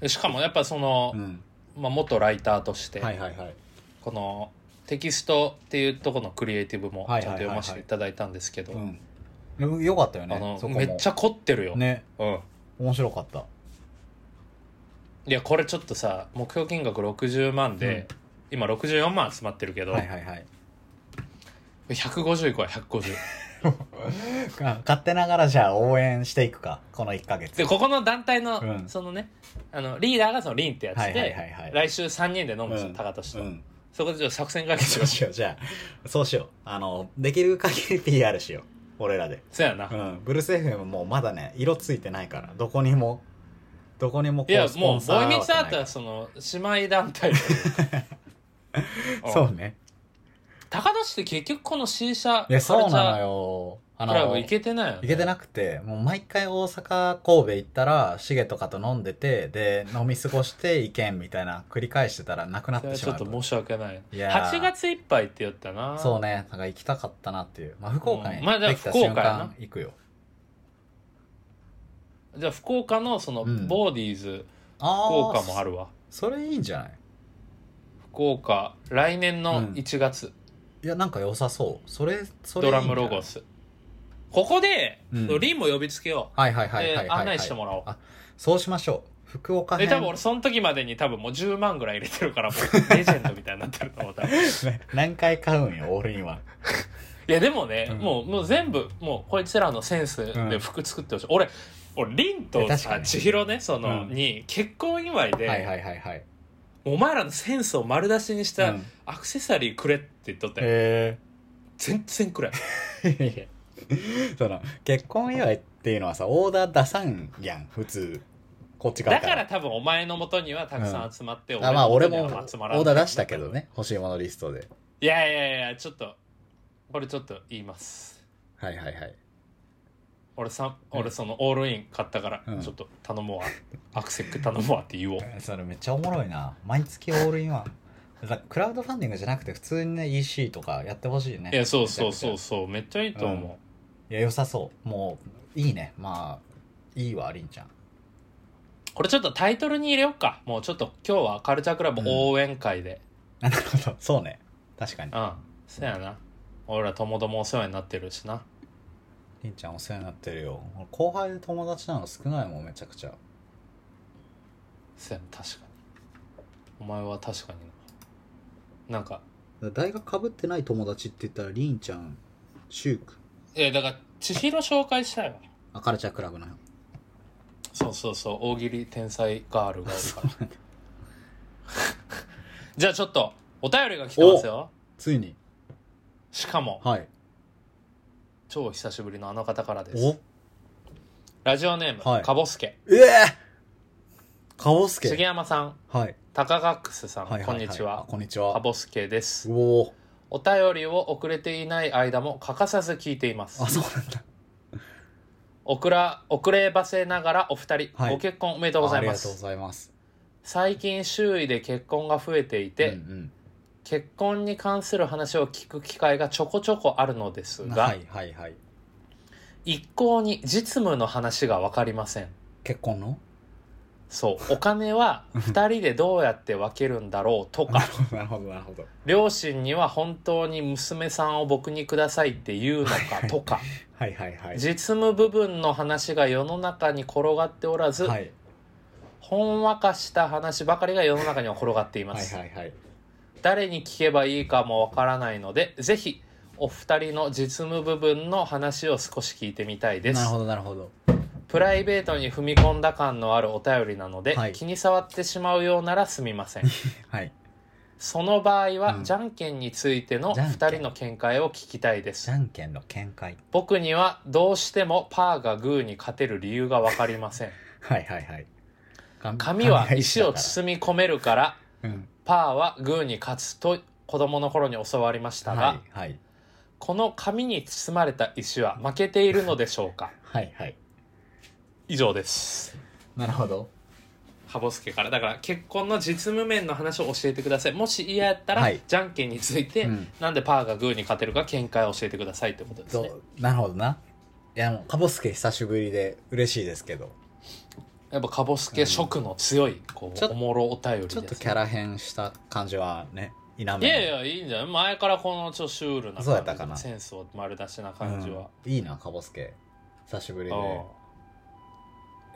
Speaker 1: でしかもやっぱその、
Speaker 2: うん
Speaker 1: まあ、元ライターとして、
Speaker 2: はいはいはい
Speaker 1: このテキストっていうところのクリエイティブもちゃ
Speaker 2: は
Speaker 1: ん
Speaker 2: い
Speaker 1: と
Speaker 2: はいはいはい
Speaker 1: 読ませていただいたんですけど、
Speaker 2: うんでもよかったよ
Speaker 1: あ
Speaker 2: ね
Speaker 1: の
Speaker 2: そこも
Speaker 1: めっちゃ凝ってるよ、
Speaker 2: ね
Speaker 1: うん、
Speaker 2: 面白かった
Speaker 1: いやこれちょっとさ目標金額60万で、今64万集まってるけど、
Speaker 2: はいはいはい
Speaker 1: 150いこうや150
Speaker 2: あ勝手ながらじゃあ応援していくか、この1ヶ
Speaker 1: <laughs>
Speaker 2: 月。
Speaker 1: でここの団体の、
Speaker 2: うん
Speaker 1: そのねあのリーダーがそのリンってやつで、
Speaker 2: はいはいはいはい。
Speaker 1: 来週3人で飲むんですよ、
Speaker 2: うん
Speaker 1: 高俊
Speaker 2: う
Speaker 1: と、
Speaker 2: ん。
Speaker 1: そこでちょっと作戦会議し
Speaker 2: そ
Speaker 1: ま
Speaker 2: う <laughs>
Speaker 1: しょ
Speaker 2: しよう、じゃあ。そうしよう。あの、できる限り PR しよう。俺らで
Speaker 1: う。そうやな、
Speaker 2: うん。ブルース FM もうまだね、色ついてないから、どこにも、どこにもこ
Speaker 1: いや
Speaker 2: スポ
Speaker 1: もう
Speaker 2: ン
Speaker 1: ボ
Speaker 2: サー
Speaker 1: ーイミキサーだっ
Speaker 2: はな
Speaker 1: た
Speaker 2: い
Speaker 1: らその姉妹団体というか
Speaker 2: <laughs> そ
Speaker 1: ん
Speaker 2: うね。
Speaker 1: 高田市って結局この C 社
Speaker 2: いや、そうなのよ。あ
Speaker 1: カルチャークラブ行けてないよね
Speaker 2: 行けてなくて、もう毎回大阪、神戸行ったら、シゲとかと飲んでて、で、飲み過ごして行けんみたいな、繰り返してたらなくなっ
Speaker 1: それは
Speaker 2: てし
Speaker 1: ちょ
Speaker 2: ま
Speaker 1: っ
Speaker 2: う
Speaker 1: と。申し訳ない
Speaker 2: いやー
Speaker 1: 8月いっぱいって言ったな
Speaker 2: そうね、なんか行きたかったなっていう。まあ、福岡
Speaker 1: う
Speaker 2: に
Speaker 1: んまあだから
Speaker 2: できた瞬
Speaker 1: 福岡やな
Speaker 2: 間行くよ。
Speaker 1: じゃあ福岡のその
Speaker 2: うん
Speaker 1: ボーディーズ、
Speaker 2: あ
Speaker 1: 福
Speaker 2: ー
Speaker 1: 岡もあるわ
Speaker 2: それいいんじゃない
Speaker 1: 福岡来年
Speaker 2: う
Speaker 1: の
Speaker 2: ん
Speaker 1: 1月、
Speaker 2: いや、なんか良さそう。それ、それい
Speaker 1: ド
Speaker 2: いん
Speaker 1: ラ
Speaker 2: じゃない
Speaker 1: ムロゴスここで、
Speaker 2: うん
Speaker 1: リンも呼びつけよ、
Speaker 2: はいはいうはいはいはい、
Speaker 1: で
Speaker 2: はい。
Speaker 1: 案内してもらおう
Speaker 2: あそうしましょう。福岡
Speaker 1: で
Speaker 2: 編。
Speaker 1: 多分俺その時までに多分もう10万ぐらい入れてるからも
Speaker 2: <laughs>
Speaker 1: うレジェンドみたいになってると思ったい
Speaker 2: 何回買うんよ、オールインワン。
Speaker 1: やでもね、
Speaker 2: うん
Speaker 1: もうもう全部もうこいつらのセンスで服作ってほしい、俺俺リン
Speaker 2: いや
Speaker 1: と
Speaker 2: 確か
Speaker 1: さ
Speaker 2: に
Speaker 1: 千尋ねその、
Speaker 2: うん
Speaker 1: に結婚祝いで、
Speaker 2: はいはいはいはい。
Speaker 1: お前らのセンスを丸出しにした
Speaker 2: うん
Speaker 1: アクセサリーくれって言っとったよ、
Speaker 2: へ
Speaker 1: 全然くれ
Speaker 2: え。その、結婚祝いっていうのはさ、オーダー出さんやん、普通。こっち側
Speaker 1: だ
Speaker 2: か。
Speaker 1: からら多分お前のもとにはたくさん集まって、
Speaker 2: あまあ俺
Speaker 1: の
Speaker 2: もオ
Speaker 1: 元には集まらん
Speaker 2: ーダー出したけどね、欲しいものリストで。
Speaker 1: いやいやいやちょっとこれちょっと言います
Speaker 2: はいはいはい。
Speaker 1: 俺さ
Speaker 2: うん
Speaker 1: 俺そのオールイン買ったから
Speaker 2: うん
Speaker 1: ちょっと頼もうわ、アクセック頼もうわって
Speaker 2: <laughs>
Speaker 1: 言おう
Speaker 2: それめっちゃおもろいな。毎月オールインワン。だクラウドファンディングじゃなくて普通にね EC とかやってほしいね
Speaker 1: いやそうそうそうそうめっちゃいいと思
Speaker 2: いや良さそうもういいねまあいいわりんちゃん
Speaker 1: うこれちょっとタイトルに入れようかもうちょっと今日はカルチャークラブ応援会で
Speaker 2: なるほど <laughs> そうね確かに
Speaker 1: うん、そやな俺らともどもお世話になってるしな
Speaker 2: りんちゃんお世話になってるよ俺後輩で友達なの少ないもんめちゃくちゃ
Speaker 1: そやな確かにお前は確かにななんか
Speaker 2: 大学かぶってない友達って言ったらりんちゃんシューク
Speaker 1: いやだから千尋紹介したいわ
Speaker 2: あカルチャークラブの
Speaker 1: そうそうそう大喜利天才ガールがいるから <laughs> じゃあちょっとお便りが来てますよ
Speaker 2: ついに
Speaker 1: しかも
Speaker 2: はい
Speaker 1: 超久しぶりのあの方からで
Speaker 2: お
Speaker 1: すラジオネーム、
Speaker 2: はい
Speaker 1: かぼすけ
Speaker 2: ええかぼす
Speaker 1: 重
Speaker 2: け
Speaker 1: 山さん
Speaker 2: はい
Speaker 1: タカガックスさん、
Speaker 2: はいはいはい
Speaker 1: こんにち
Speaker 2: あ
Speaker 1: は
Speaker 2: こんにち
Speaker 1: か
Speaker 2: は
Speaker 1: ぼすけです
Speaker 2: おお
Speaker 1: お便りを送れていない間も欠かさず聞いています
Speaker 2: あそうなんだ
Speaker 1: 遅ら遅ればせながらお二人、
Speaker 2: はい
Speaker 1: ご結婚おめでとうござ
Speaker 2: あ
Speaker 1: い
Speaker 2: り
Speaker 1: ま
Speaker 2: がとうご
Speaker 1: す
Speaker 2: ざいます
Speaker 1: 最近周囲で結婚が増えていて、
Speaker 2: うん
Speaker 1: 結婚に関する話を聞く機会がちょこちょこあるのです
Speaker 2: うん、
Speaker 1: が、
Speaker 2: はいはいはい
Speaker 1: 一向に実務の話が分かりません
Speaker 2: 結婚の
Speaker 1: そうお金は2人でどうやって分けるんだろうとか
Speaker 2: ほどなるほどなるほど
Speaker 1: 両親には本当に娘さんを僕にくださいって言うのかとか
Speaker 2: はいはいはい
Speaker 1: 実務部分の話が世の中に転がっておらず、
Speaker 2: はい
Speaker 1: ほんわかした話ばかりが世の中には転がっていま
Speaker 2: はい
Speaker 1: す、
Speaker 2: はいはい
Speaker 1: 誰に聞けばいいかもわからないのでぜひお二人の実務部分の話を少し聞いてみたいです
Speaker 2: なるほどなるほど
Speaker 1: プライベートに踏み込んだ感のあるお便りなので、
Speaker 2: はい
Speaker 1: 気に障ってしまうようならすみま
Speaker 2: <laughs>
Speaker 1: せん
Speaker 2: はい
Speaker 1: その場合は、
Speaker 2: うん
Speaker 1: じゃんけんについての
Speaker 2: じゃんけん
Speaker 1: 2人の見解を聞きたいで
Speaker 2: じ
Speaker 1: す
Speaker 2: ゃんけんの見解
Speaker 1: 僕にはどうしてもパーがグーに勝てる理由が分かりま
Speaker 2: <laughs>
Speaker 1: せん
Speaker 2: はいはいはい紙
Speaker 1: 紙は石を包み込めるから
Speaker 2: みうん
Speaker 1: パーはグーに勝つと子供の頃に教わりましたが、
Speaker 2: はいはい
Speaker 1: この紙に包まれた石は負けているのでしょう
Speaker 2: <laughs>
Speaker 1: か
Speaker 2: はいはい
Speaker 1: 以上です
Speaker 2: なるほど
Speaker 1: ハボスケからだから結婚の実務面の話を教えてくださいもし嫌やったら、
Speaker 2: はい
Speaker 1: じゃんけんについて、
Speaker 2: うん
Speaker 1: なんでパーがグーに勝てるか見解を教えてくださいってことですね
Speaker 2: どなるほどないやもうかぼすけ久しぶりで嬉しいですけど
Speaker 1: やっぱカボスケ色の強いこ
Speaker 2: ち
Speaker 1: う
Speaker 2: ょ
Speaker 1: おもろお便りです、
Speaker 2: ちょ
Speaker 1: ね、
Speaker 2: っとキャラ変した感じはね否めない
Speaker 1: いやいやいいんじゃない前からこのちょっとシュールな
Speaker 2: そうやったか
Speaker 1: 感
Speaker 2: な
Speaker 1: じセンスを丸出しな感じは、
Speaker 2: うんいいなかぼすけ久しぶり
Speaker 1: あ
Speaker 2: で
Speaker 1: あ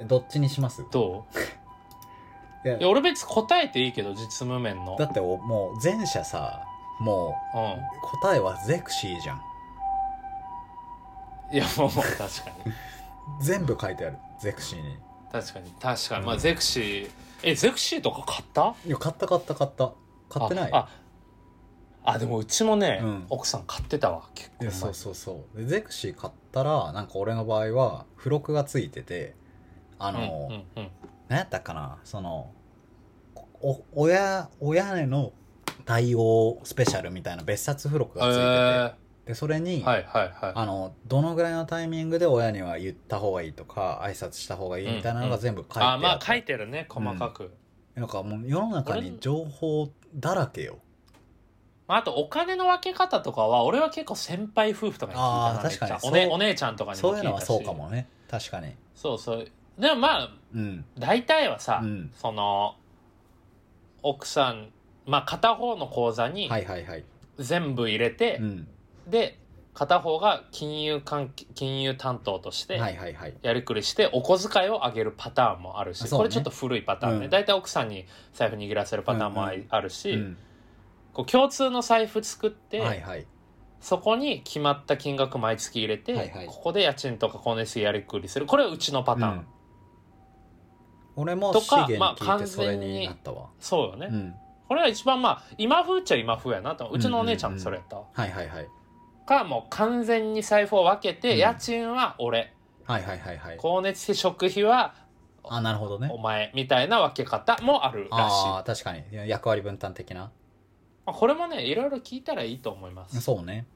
Speaker 2: えどっちにします
Speaker 1: どう
Speaker 2: いや
Speaker 1: いや俺別に答えていいけど実務面の
Speaker 2: だっておもう前者さもう、答えはゼクシーじゃん。
Speaker 1: うん。いや、もう、確かに。
Speaker 2: 全部書いてある、ゼクシーに。
Speaker 1: 確かに。確かに。ま
Speaker 2: う
Speaker 1: あ、
Speaker 2: ん
Speaker 1: ゼクシー、え、ゼクシーとか買った
Speaker 2: いや、買った買った買った。買ってない
Speaker 1: あ、ああでもうちもね、
Speaker 2: うん
Speaker 1: 奥さん買ってたわ。結構前
Speaker 2: いやそうそうそうでゼクシー買ったらなんか俺の場合は付録がついててあ
Speaker 1: うん
Speaker 2: の、
Speaker 1: うんうん
Speaker 2: 何やったかなそのお親親への対応スペシャルみたいな別冊付録がついてて、でそれ
Speaker 1: え
Speaker 2: に、
Speaker 1: ーはいはいは
Speaker 2: あのどのぐらいのタイミングで親には言った方がいいとか挨拶した方がいいみたいなのが全部書い
Speaker 1: い。
Speaker 2: てあ
Speaker 1: あ、
Speaker 2: って、
Speaker 1: まあ書いてるね、細かく。
Speaker 2: なんかもう世の中に情報だらけよ
Speaker 1: まあ、あとお金の分け方とかは、俺は結構先輩夫婦とかに聞いたな
Speaker 2: あー確かに
Speaker 1: めっちゃお,、ね、
Speaker 2: そう
Speaker 1: お姉ちゃんとかにも
Speaker 2: そ
Speaker 1: 聞
Speaker 2: う
Speaker 1: いう
Speaker 2: い
Speaker 1: たし
Speaker 2: のはそうか。もね確かに
Speaker 1: そうそう。でもまあ、
Speaker 2: うん
Speaker 1: 大体はさ、
Speaker 2: うん
Speaker 1: その、奥さん、まあ片方の口座に
Speaker 2: はいはいはい
Speaker 1: 全部入れて、
Speaker 2: うん
Speaker 1: で、片方が金融関係、金融担当として、
Speaker 2: はいはいはい
Speaker 1: やりくりしてお小遣いを上げるパターンもあるし
Speaker 2: あそうね
Speaker 1: これちょっと古いパターン
Speaker 2: う
Speaker 1: ね
Speaker 2: ん
Speaker 1: 大体、奥さんに財布握らせるパターンもあ
Speaker 2: うんう
Speaker 1: いあるし、
Speaker 2: うん
Speaker 1: こう共通の財布作って、
Speaker 2: はいはい
Speaker 1: そこに決まった金額毎月入れて、
Speaker 2: はいはい
Speaker 1: ここで家賃とか光熱費やりくりするこれはうちのパターン、
Speaker 2: うん俺も
Speaker 1: と
Speaker 2: 資
Speaker 1: か
Speaker 2: 源に
Speaker 1: まあ
Speaker 2: 聞いて
Speaker 1: 完
Speaker 2: それ
Speaker 1: 全に
Speaker 2: になったわ、
Speaker 1: そうよね、
Speaker 2: うん
Speaker 1: これは一番まあ今風っちゃ今風やなとうちのお姉ちゃんもそれやったわ、
Speaker 2: はいはいはい
Speaker 1: かもう完全に財布を分けて、
Speaker 2: うん
Speaker 1: 家賃は俺
Speaker 2: はいはいはいはい
Speaker 1: 光熱費食費は
Speaker 2: あなるほどね
Speaker 1: お前みたいな分け方もあるらしい
Speaker 2: ああ確かにいや役割分担的な
Speaker 1: まあ、これもねいろいろ聞いたらいいと思います
Speaker 2: そうね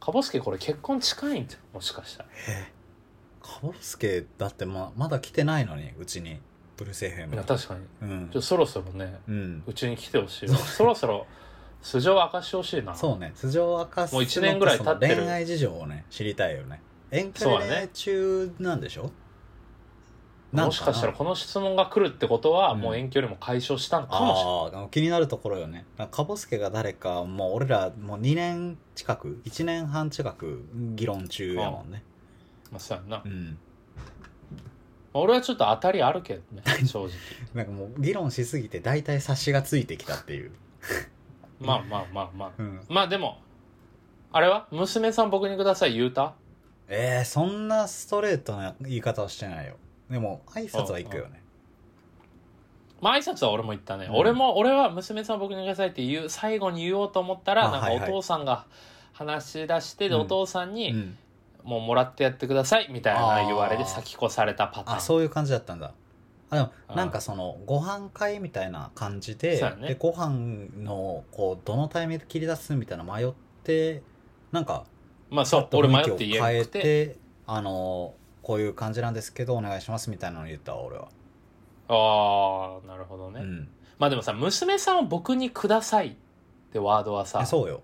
Speaker 1: かぼすけこれ結婚近いんじゃんもしかしたら
Speaker 2: かぼすけだってままだ来てないのにうちにブルース FM
Speaker 1: いや確かに
Speaker 2: うん
Speaker 1: ちょそろそろね
Speaker 2: うん
Speaker 1: うちに来てほしいわそろそろ素性を明かしてほしいな
Speaker 2: そうね素性を明かす
Speaker 1: もう一年ぐらい経ってる
Speaker 2: その恋愛事情をね知りたいよね遠距
Speaker 1: そう
Speaker 2: 離
Speaker 1: だね
Speaker 2: 恋愛中なんでしょなんな
Speaker 1: もしかしたらこの質問が来るってことは、
Speaker 2: うん
Speaker 1: もう遠距離も解消したのかもしれない
Speaker 2: ああ気になるところよねなんかかぼすけが誰かもう俺らもう2年近く1年半近く議論中やもんね
Speaker 1: まあそうやな、ま
Speaker 2: うん
Speaker 1: あ俺はちょっと当たりあるけどね正直
Speaker 2: なんかもう議論しすぎて大体察しがついてきたっていう、
Speaker 1: まあまあまあま
Speaker 2: うん、
Speaker 1: あまあでもあれは娘さん僕にください言うた
Speaker 2: えー、そんなストレートな言い方はしてないよでも挨拶は行くよね
Speaker 1: まあ挨拶は俺も言ったね、
Speaker 2: うん
Speaker 1: 俺も俺は娘さん僕にくださいって言う最後に言おうと思ったら
Speaker 2: あ
Speaker 1: なんか
Speaker 2: はい
Speaker 1: お
Speaker 2: はい
Speaker 1: 父さんが話し出して、で
Speaker 2: うん
Speaker 1: お父さんに、
Speaker 2: うん
Speaker 1: もうもらってやってくださいみたい
Speaker 2: あ
Speaker 1: な
Speaker 2: ー
Speaker 1: 言われて先越されたパターン
Speaker 2: あそういう感じだったんだあでも
Speaker 1: うん
Speaker 2: なんかそのご飯会みたいな感じで,、
Speaker 1: そうやね
Speaker 2: でご飯のこうどのタイミングで切り出すみたいな迷ってなんか
Speaker 1: まあそう
Speaker 2: ちょっ
Speaker 1: 俺
Speaker 2: と
Speaker 1: 迷
Speaker 2: 雰囲気
Speaker 1: って
Speaker 2: を
Speaker 1: 言え
Speaker 2: 変
Speaker 1: な
Speaker 2: え
Speaker 1: くて
Speaker 2: てあのこういう感じなんですけどお願いしますみたいなの言ったわ俺は、
Speaker 1: ああなるほどね、
Speaker 2: うん
Speaker 1: まあでもさ娘さんを僕にくださいってワードはさ
Speaker 2: え
Speaker 1: ち
Speaker 2: そうよ、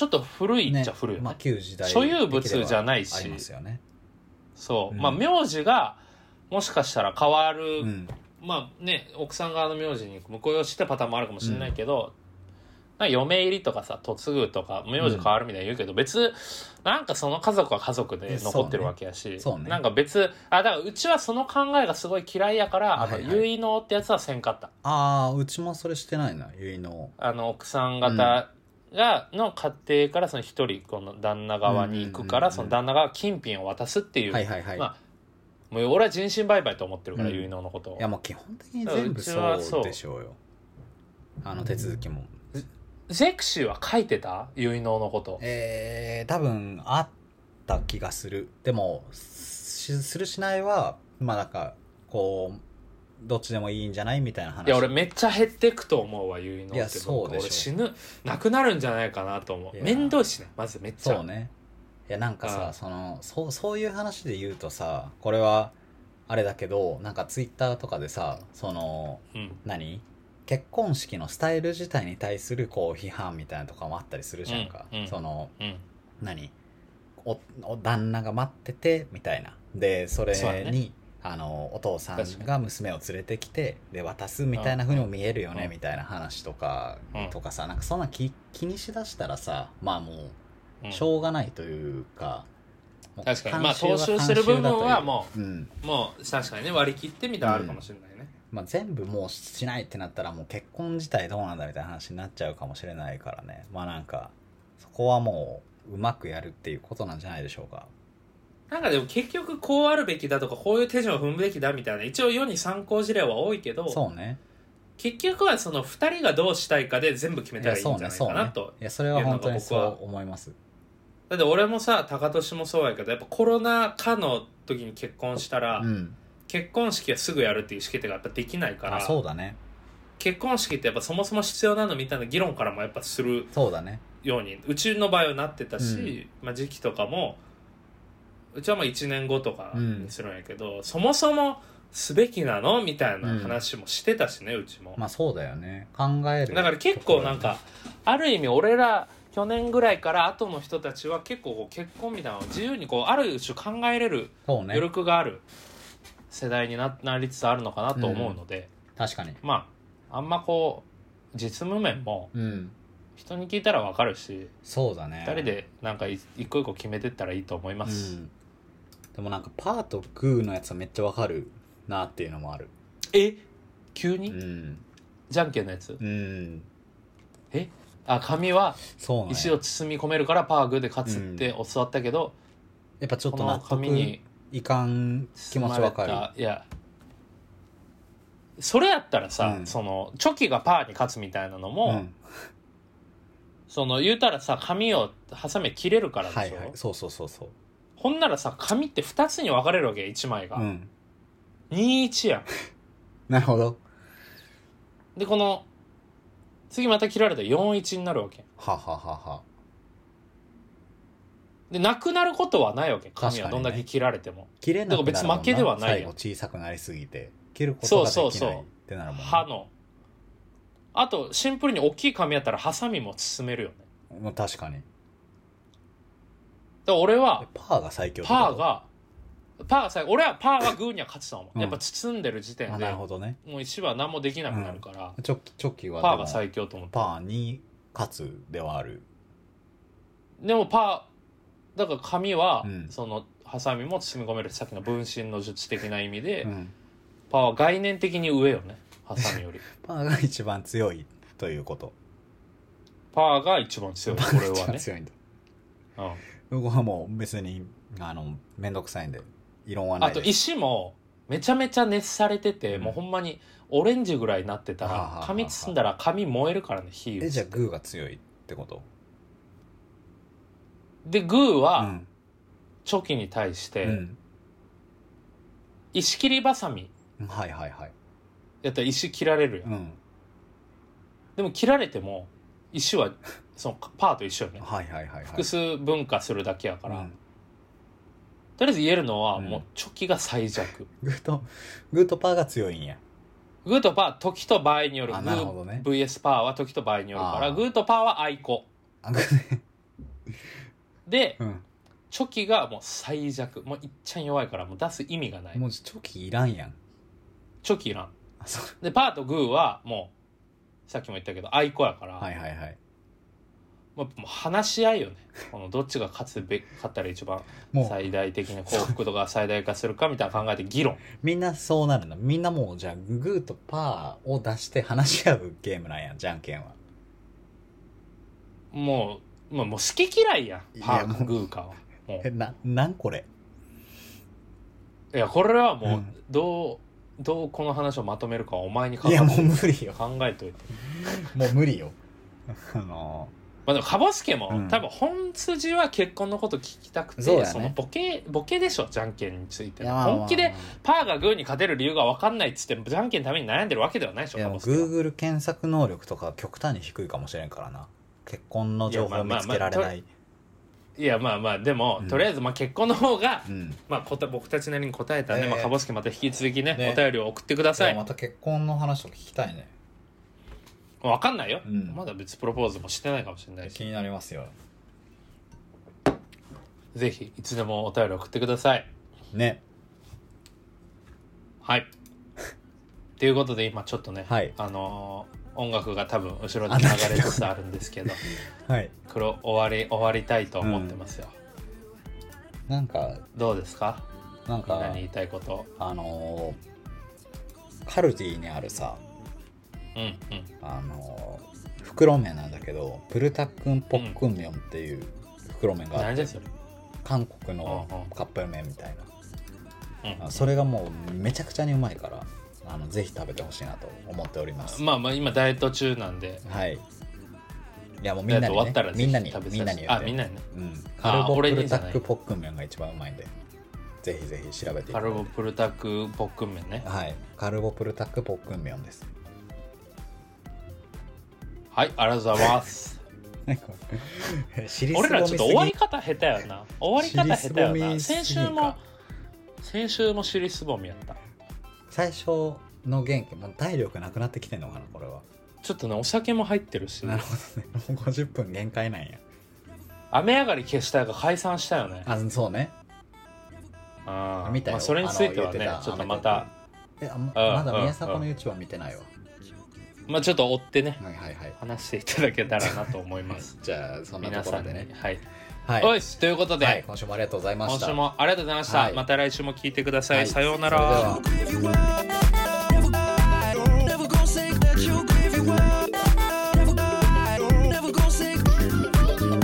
Speaker 1: ょっと古いっちゃ古いよね
Speaker 2: まあ、旧時代
Speaker 1: 所有物じゃないし
Speaker 2: ありますよね
Speaker 1: そう、
Speaker 2: うん
Speaker 1: まあ名字がもしかしたら変わる、
Speaker 2: うん
Speaker 1: まあね奥さん側の名字に向こう用してパターンもあるかもしれないけど、なんか嫁入りとかさ嫁ぐとか名字変わるみたいに言うけど、別なんかその家族は家族で残ってるわけやし、
Speaker 2: そうねそうね
Speaker 1: なんか別あだからうちはその考えがすごい嫌いやから、
Speaker 2: はい
Speaker 1: あ
Speaker 2: は
Speaker 1: の
Speaker 2: い
Speaker 1: 結納ってやつはせんかった
Speaker 2: ああうちもそれしてないな結納
Speaker 1: あの奥さん方が、の家庭からその一人この旦那側に行くから、
Speaker 2: うんうんうんう
Speaker 1: その
Speaker 2: ん
Speaker 1: 旦那側が金品を渡すっていう、
Speaker 2: はいはいはい、
Speaker 1: まあもう俺は人身売買と思ってるから、
Speaker 2: うん
Speaker 1: 結納のことを
Speaker 2: いやもう基本的に全部
Speaker 1: うちは
Speaker 2: そ
Speaker 1: そう
Speaker 2: うでしょうよあの手続きも、
Speaker 1: ゼクシーは書いてた結納のこと
Speaker 2: えー、多分あった気がするでもしするしないはまあなんかこうどっちでもいいんじゃないみたいな話
Speaker 1: いや俺めっちゃ減ってくと思うわ結納って
Speaker 2: い
Speaker 1: 文
Speaker 2: や
Speaker 1: 化
Speaker 2: そうでしょ
Speaker 1: 俺死ぬなくなるんじゃないかなと思
Speaker 2: いうや
Speaker 1: 面倒いしねまずめっちゃ
Speaker 2: そうねいやなんかさ
Speaker 1: うん
Speaker 2: そのそうそういう話で言うとさこれはあれだけどなんかツイッターとかでさその
Speaker 1: うん
Speaker 2: 何結婚式のスタイル自体に対するこう批判みたいなのとかもあったりするじゃんか、
Speaker 1: うんうん
Speaker 2: その
Speaker 1: うん
Speaker 2: 何おお旦那が待っててみたいなでそれに
Speaker 1: そうだね
Speaker 2: あのお父さ
Speaker 1: 確
Speaker 2: ん
Speaker 1: か
Speaker 2: が娘を連れてきてで渡すみたいな風にも見えるよね、
Speaker 1: うん
Speaker 2: みたいな話とか、
Speaker 1: うん
Speaker 2: とかさなんかそんな気気にしだしたらさまあも
Speaker 1: う
Speaker 2: うんしょうがないというか、もう
Speaker 1: 確かにまあ
Speaker 2: 慣習が
Speaker 1: 踏襲する部分は
Speaker 2: 慣習だというかうん
Speaker 1: もう確かにね割り切ってみたらあるかもしれないね、
Speaker 2: まあ、全部もうしないってなったらもう結婚自体どうなんだみたいな話になっちゃうかもしれないからねまあなんかそこはもううまくやるっていうことなんじゃないでしょうか
Speaker 1: なんかでも結局こうあるべきだとかこういう手順を踏むべきだみたいな一応世に参考事例は多いけど
Speaker 2: そうね
Speaker 1: 結局はその2人がどうしたいかで全部決め
Speaker 2: い
Speaker 1: た
Speaker 2: や
Speaker 1: らいい
Speaker 2: そ
Speaker 1: ん
Speaker 2: う
Speaker 1: じゃ
Speaker 2: ね
Speaker 1: ない
Speaker 2: そ
Speaker 1: か
Speaker 2: う
Speaker 1: な
Speaker 2: ね
Speaker 1: と、
Speaker 2: いやそれは本当にそう思います
Speaker 1: だって俺もさ高俊もそうやけどやっぱコロナ禍の時に結婚したら、
Speaker 2: うん
Speaker 1: 結婚式はすぐやるっていう意思決定がやっぱできないから
Speaker 2: あそうだね
Speaker 1: 結婚式ってやっぱそもそも必要なのみたいな議論からもやっぱする
Speaker 2: そうだね
Speaker 1: ようにうちの場合はなってたし、まあ、時期とかもうちはまあ1年後とかにするんやけど、そもそもすべきなのみたいな話もしてたしね、うちも、
Speaker 2: まあそうだよね考える
Speaker 1: だから結構なんかある意味俺ら去年ぐらいから後の人たちは結構こう結婚みたいなのを自由にこうある種考えれる
Speaker 2: そうね
Speaker 1: 余力がある世代にななりつつあるのかなと思うので、
Speaker 2: 確かに
Speaker 1: まああんまこう実務面も
Speaker 2: うん
Speaker 1: 人に聞いたらわかるし
Speaker 2: そうだね
Speaker 1: 2人でなんかい一個一個決めてったらいいと思いま
Speaker 2: う
Speaker 1: す、
Speaker 2: んでもなんかパーとグーのやつはめっちゃわかるなっていうのもある
Speaker 1: え急
Speaker 2: う
Speaker 1: に、
Speaker 2: ん
Speaker 1: じゃんけんのやつ
Speaker 2: うん
Speaker 1: あ紙は
Speaker 2: そうなんや
Speaker 1: 石を包み込めるからパーグーで勝つって教わったけど、
Speaker 2: やっぱちょっ
Speaker 1: ことの
Speaker 2: 納
Speaker 1: 紙に
Speaker 2: 得いかん気持ちわかる
Speaker 1: いやそれやったらさ、
Speaker 2: うん
Speaker 1: そのチョキがパーに勝つみたいなのも、
Speaker 2: うん
Speaker 1: その言うたらさ紙を挟め切れるからでしょ、
Speaker 2: はいはいそうそうそうそう
Speaker 1: ほんならさ紙って2つに分かれるわけ1枚が、
Speaker 2: うん
Speaker 1: 21やん
Speaker 2: なるほど
Speaker 1: でこの次また切られたら41になるわけ
Speaker 2: はははは
Speaker 1: でなくなることはないわけ紙
Speaker 2: 確
Speaker 1: は
Speaker 2: か
Speaker 1: ど
Speaker 2: にね
Speaker 1: んだけ切られても、
Speaker 2: 切れなくなるもん
Speaker 1: だから別に負けではない
Speaker 2: 最
Speaker 1: や
Speaker 2: 後
Speaker 1: ん
Speaker 2: 小さくなりすぎて切ることがで
Speaker 1: そうそう
Speaker 2: き
Speaker 1: そう
Speaker 2: ないってなるもんね
Speaker 1: 歯のあとシンプルに大きい紙やったらハサミも進めるよね
Speaker 2: もう確かに
Speaker 1: だから俺は
Speaker 2: パーが最強ってこと
Speaker 1: パーがパーが最後俺はパーはグーには勝つと思う、
Speaker 2: うん
Speaker 1: やっぱ包んでる時点
Speaker 2: あ
Speaker 1: で
Speaker 2: なるほどね
Speaker 1: もう石は何もできなくなるから、
Speaker 2: チョキチョキは
Speaker 1: パー
Speaker 2: で
Speaker 1: が
Speaker 2: も
Speaker 1: 最強と思って
Speaker 2: パーに勝つではある
Speaker 1: でもパーだから紙は、
Speaker 2: うん
Speaker 1: そのハサミも包み込めるさっきの分身の術的な意味で、
Speaker 2: うん
Speaker 1: パーは概念的に上よねハサミよ
Speaker 2: <laughs>
Speaker 1: り
Speaker 2: パーが一番強いということ
Speaker 1: パーが一番強い
Speaker 2: パ
Speaker 1: これ
Speaker 2: ーが
Speaker 1: は
Speaker 2: 一番
Speaker 1: ね、
Speaker 2: 強いんだ
Speaker 1: うん
Speaker 2: 僕はもう別にあの面倒くさいんで異論はな
Speaker 1: あ
Speaker 2: い
Speaker 1: と
Speaker 2: です
Speaker 1: 石もめちゃめちゃ熱されてて、
Speaker 2: うん
Speaker 1: もうほんまにオレンジぐらいになってた
Speaker 2: はあはあは
Speaker 1: ら
Speaker 2: あ
Speaker 1: 紙包んだら紙燃えるからね火
Speaker 2: えじゃあグーが強いってこと
Speaker 1: でグーは、
Speaker 2: うん
Speaker 1: チョキに対して、
Speaker 2: うん
Speaker 1: 石切りバサミ
Speaker 2: はいはいはい
Speaker 1: やったら石切られるやん、
Speaker 2: うん
Speaker 1: でも切られても石はそのパーと一緒よね
Speaker 2: はいはいはいはい
Speaker 1: 複数分化するだけやから、
Speaker 2: うん
Speaker 1: とりあえず言えるのは、
Speaker 2: うん
Speaker 1: もうチョキが最弱
Speaker 2: グーとグーとパーが強いんや
Speaker 1: グーとパー時と場合による
Speaker 2: あ
Speaker 1: グ
Speaker 2: なるほど
Speaker 1: ー、
Speaker 2: ね
Speaker 1: VS パーは時と場合によるから
Speaker 2: あー
Speaker 1: グーとパーは愛子
Speaker 2: あグーね
Speaker 1: で、
Speaker 2: うん
Speaker 1: チョキがもう最弱もういっちゃん弱いからもう出す意味がない
Speaker 2: もうチョキいらんやん
Speaker 1: チョキいらん
Speaker 2: あそう
Speaker 1: でパーとグーはもうさっきも言ったけど愛子やから、
Speaker 2: はいはいはい
Speaker 1: もうもう話し合いよねこのどっちが勝つべ勝ったら一番
Speaker 2: もう
Speaker 1: 最大的な幸福度が最大化するかみたいな考えて議論
Speaker 2: みんなそうなるんだみんなもうじゃあグーとパーを出して話し合うゲームなんやじゃんけんは
Speaker 1: もうもうもう好き嫌いやん
Speaker 2: いや
Speaker 1: パー
Speaker 2: も
Speaker 1: か
Speaker 2: う
Speaker 1: グーかはも
Speaker 2: えななんこれ
Speaker 1: ういやこれはも
Speaker 2: う
Speaker 1: うんどうどうこの話をまとめるかはお前にか
Speaker 2: い
Speaker 1: か
Speaker 2: や
Speaker 1: る
Speaker 2: もう無理 <laughs> よ
Speaker 1: 考えといて
Speaker 2: もう無理よあの
Speaker 1: まあでもかぼすけも、
Speaker 2: うん
Speaker 1: 多分本筋は結婚のこと聞きたくて
Speaker 2: そう
Speaker 1: そ,、
Speaker 2: やね
Speaker 1: のボケボケでしょじゃんけんについ
Speaker 2: ー
Speaker 1: て
Speaker 2: いやまあまあまあ
Speaker 1: 本気でパーがグーに勝てる理由が分かんないっつってじゃんけんのために悩んでるわけではないでし
Speaker 2: い
Speaker 1: ょ
Speaker 2: や
Speaker 1: か
Speaker 2: もう
Speaker 1: ぼすけは
Speaker 2: Google 検索能力とか極端に低いかもしれんからな結婚の情報を見つけられない
Speaker 1: いやまあまあでも、
Speaker 2: うん
Speaker 1: とりあえずまあ結婚の方が
Speaker 2: うん
Speaker 1: まあ、こた僕たちなりに答えたね、
Speaker 2: ええ
Speaker 1: まあ、かぼすけまた引き続きね
Speaker 2: ね
Speaker 1: お便りを送ってください
Speaker 2: いやまた結婚の話を聞きたいね
Speaker 1: 分かんないよ、
Speaker 2: うん
Speaker 1: まだ別プロポーズもしてないかもしれないし
Speaker 2: 気になりますよ
Speaker 1: ぜひいつでもお便り送ってください
Speaker 2: ね
Speaker 1: はいということで今ちょっとね、
Speaker 2: はい
Speaker 1: あのー音楽が多分後ろで流れつつあるんです
Speaker 2: <laughs>
Speaker 1: けど
Speaker 2: はい
Speaker 1: これを終わり終わりたいと思ってますよ、
Speaker 2: なんか
Speaker 1: どうですか
Speaker 2: なん
Speaker 1: みんな
Speaker 2: か
Speaker 1: に言いたいこと
Speaker 2: あのーカルディにあるさ
Speaker 1: うんうん
Speaker 2: あの袋麺なんだけどプルタックンポックンミョンっていう袋麺があ
Speaker 1: 何
Speaker 2: って、
Speaker 1: ですよ
Speaker 2: 韓国の
Speaker 1: うんうん
Speaker 2: カップ麺みたい
Speaker 1: うん
Speaker 2: な、それがもうめちゃくちゃにうまいからあのぜひ食べてほしいなと思っております
Speaker 1: まあまあ今ダイエット中なんで
Speaker 2: はいいやもうみんな
Speaker 1: ダイエット
Speaker 2: に、
Speaker 1: 終わったら
Speaker 2: ね、みんなに
Speaker 1: ぜひ
Speaker 2: み
Speaker 1: 食
Speaker 2: ん
Speaker 1: べ
Speaker 2: な
Speaker 1: さ
Speaker 2: に
Speaker 1: せ
Speaker 2: 言
Speaker 1: て
Speaker 2: っ
Speaker 1: あ
Speaker 2: て
Speaker 1: みんなにね
Speaker 2: うん、カル
Speaker 1: あ
Speaker 2: ボプ
Speaker 1: 俺に
Speaker 2: ル
Speaker 1: じ
Speaker 2: タ
Speaker 1: ゃない
Speaker 2: ックポックン麺が一番うまいんでぜひぜひ調べてい
Speaker 1: カ
Speaker 2: た
Speaker 1: ル
Speaker 2: だいて
Speaker 1: ボプルタクポックン麺ね
Speaker 2: はいカルボプルタックポックン麺
Speaker 1: <laughs>
Speaker 2: です
Speaker 1: はいありがとうございます
Speaker 2: シリ
Speaker 1: 俺らちょっと終わり方下手やな終わり方下手や
Speaker 2: 尻すぼ
Speaker 1: な
Speaker 2: みすぎ
Speaker 1: 先
Speaker 2: るか
Speaker 1: 週も先週も尻すぼみやった
Speaker 2: 最初の元気もう体力なくなってきてんのかなこれは
Speaker 1: ちょっとねお酒も入ってるし
Speaker 2: なるほどねもう50分限界なんや
Speaker 1: 雨上がり消したいが解散したよね
Speaker 2: あそうね
Speaker 1: あ
Speaker 2: 見たよ、
Speaker 1: まあ、それについてはね
Speaker 2: あの
Speaker 1: ちょっとまた
Speaker 2: 言ってえあま
Speaker 1: うん
Speaker 2: まだ
Speaker 1: うん
Speaker 2: 宮迫の YouTube は見てないわ、
Speaker 1: まあちょっと追ってね
Speaker 2: はいはいはい
Speaker 1: 話していただけたらなと思います
Speaker 2: <laughs> じゃあそんな
Speaker 1: 皆
Speaker 2: とこ
Speaker 1: さ
Speaker 2: ろ
Speaker 1: ん
Speaker 2: で
Speaker 1: に、
Speaker 2: ね
Speaker 1: はい、
Speaker 2: はい、
Speaker 1: おいっすということで、
Speaker 2: はい、今週もありがとうございまし
Speaker 1: 今
Speaker 2: た
Speaker 1: 週もありがとうございました、
Speaker 2: はい
Speaker 1: また来週も聞いてください、
Speaker 2: はい
Speaker 1: さような
Speaker 2: それで
Speaker 1: ら
Speaker 2: は
Speaker 3: Never gonna say that you give it up. Never, never gonna say.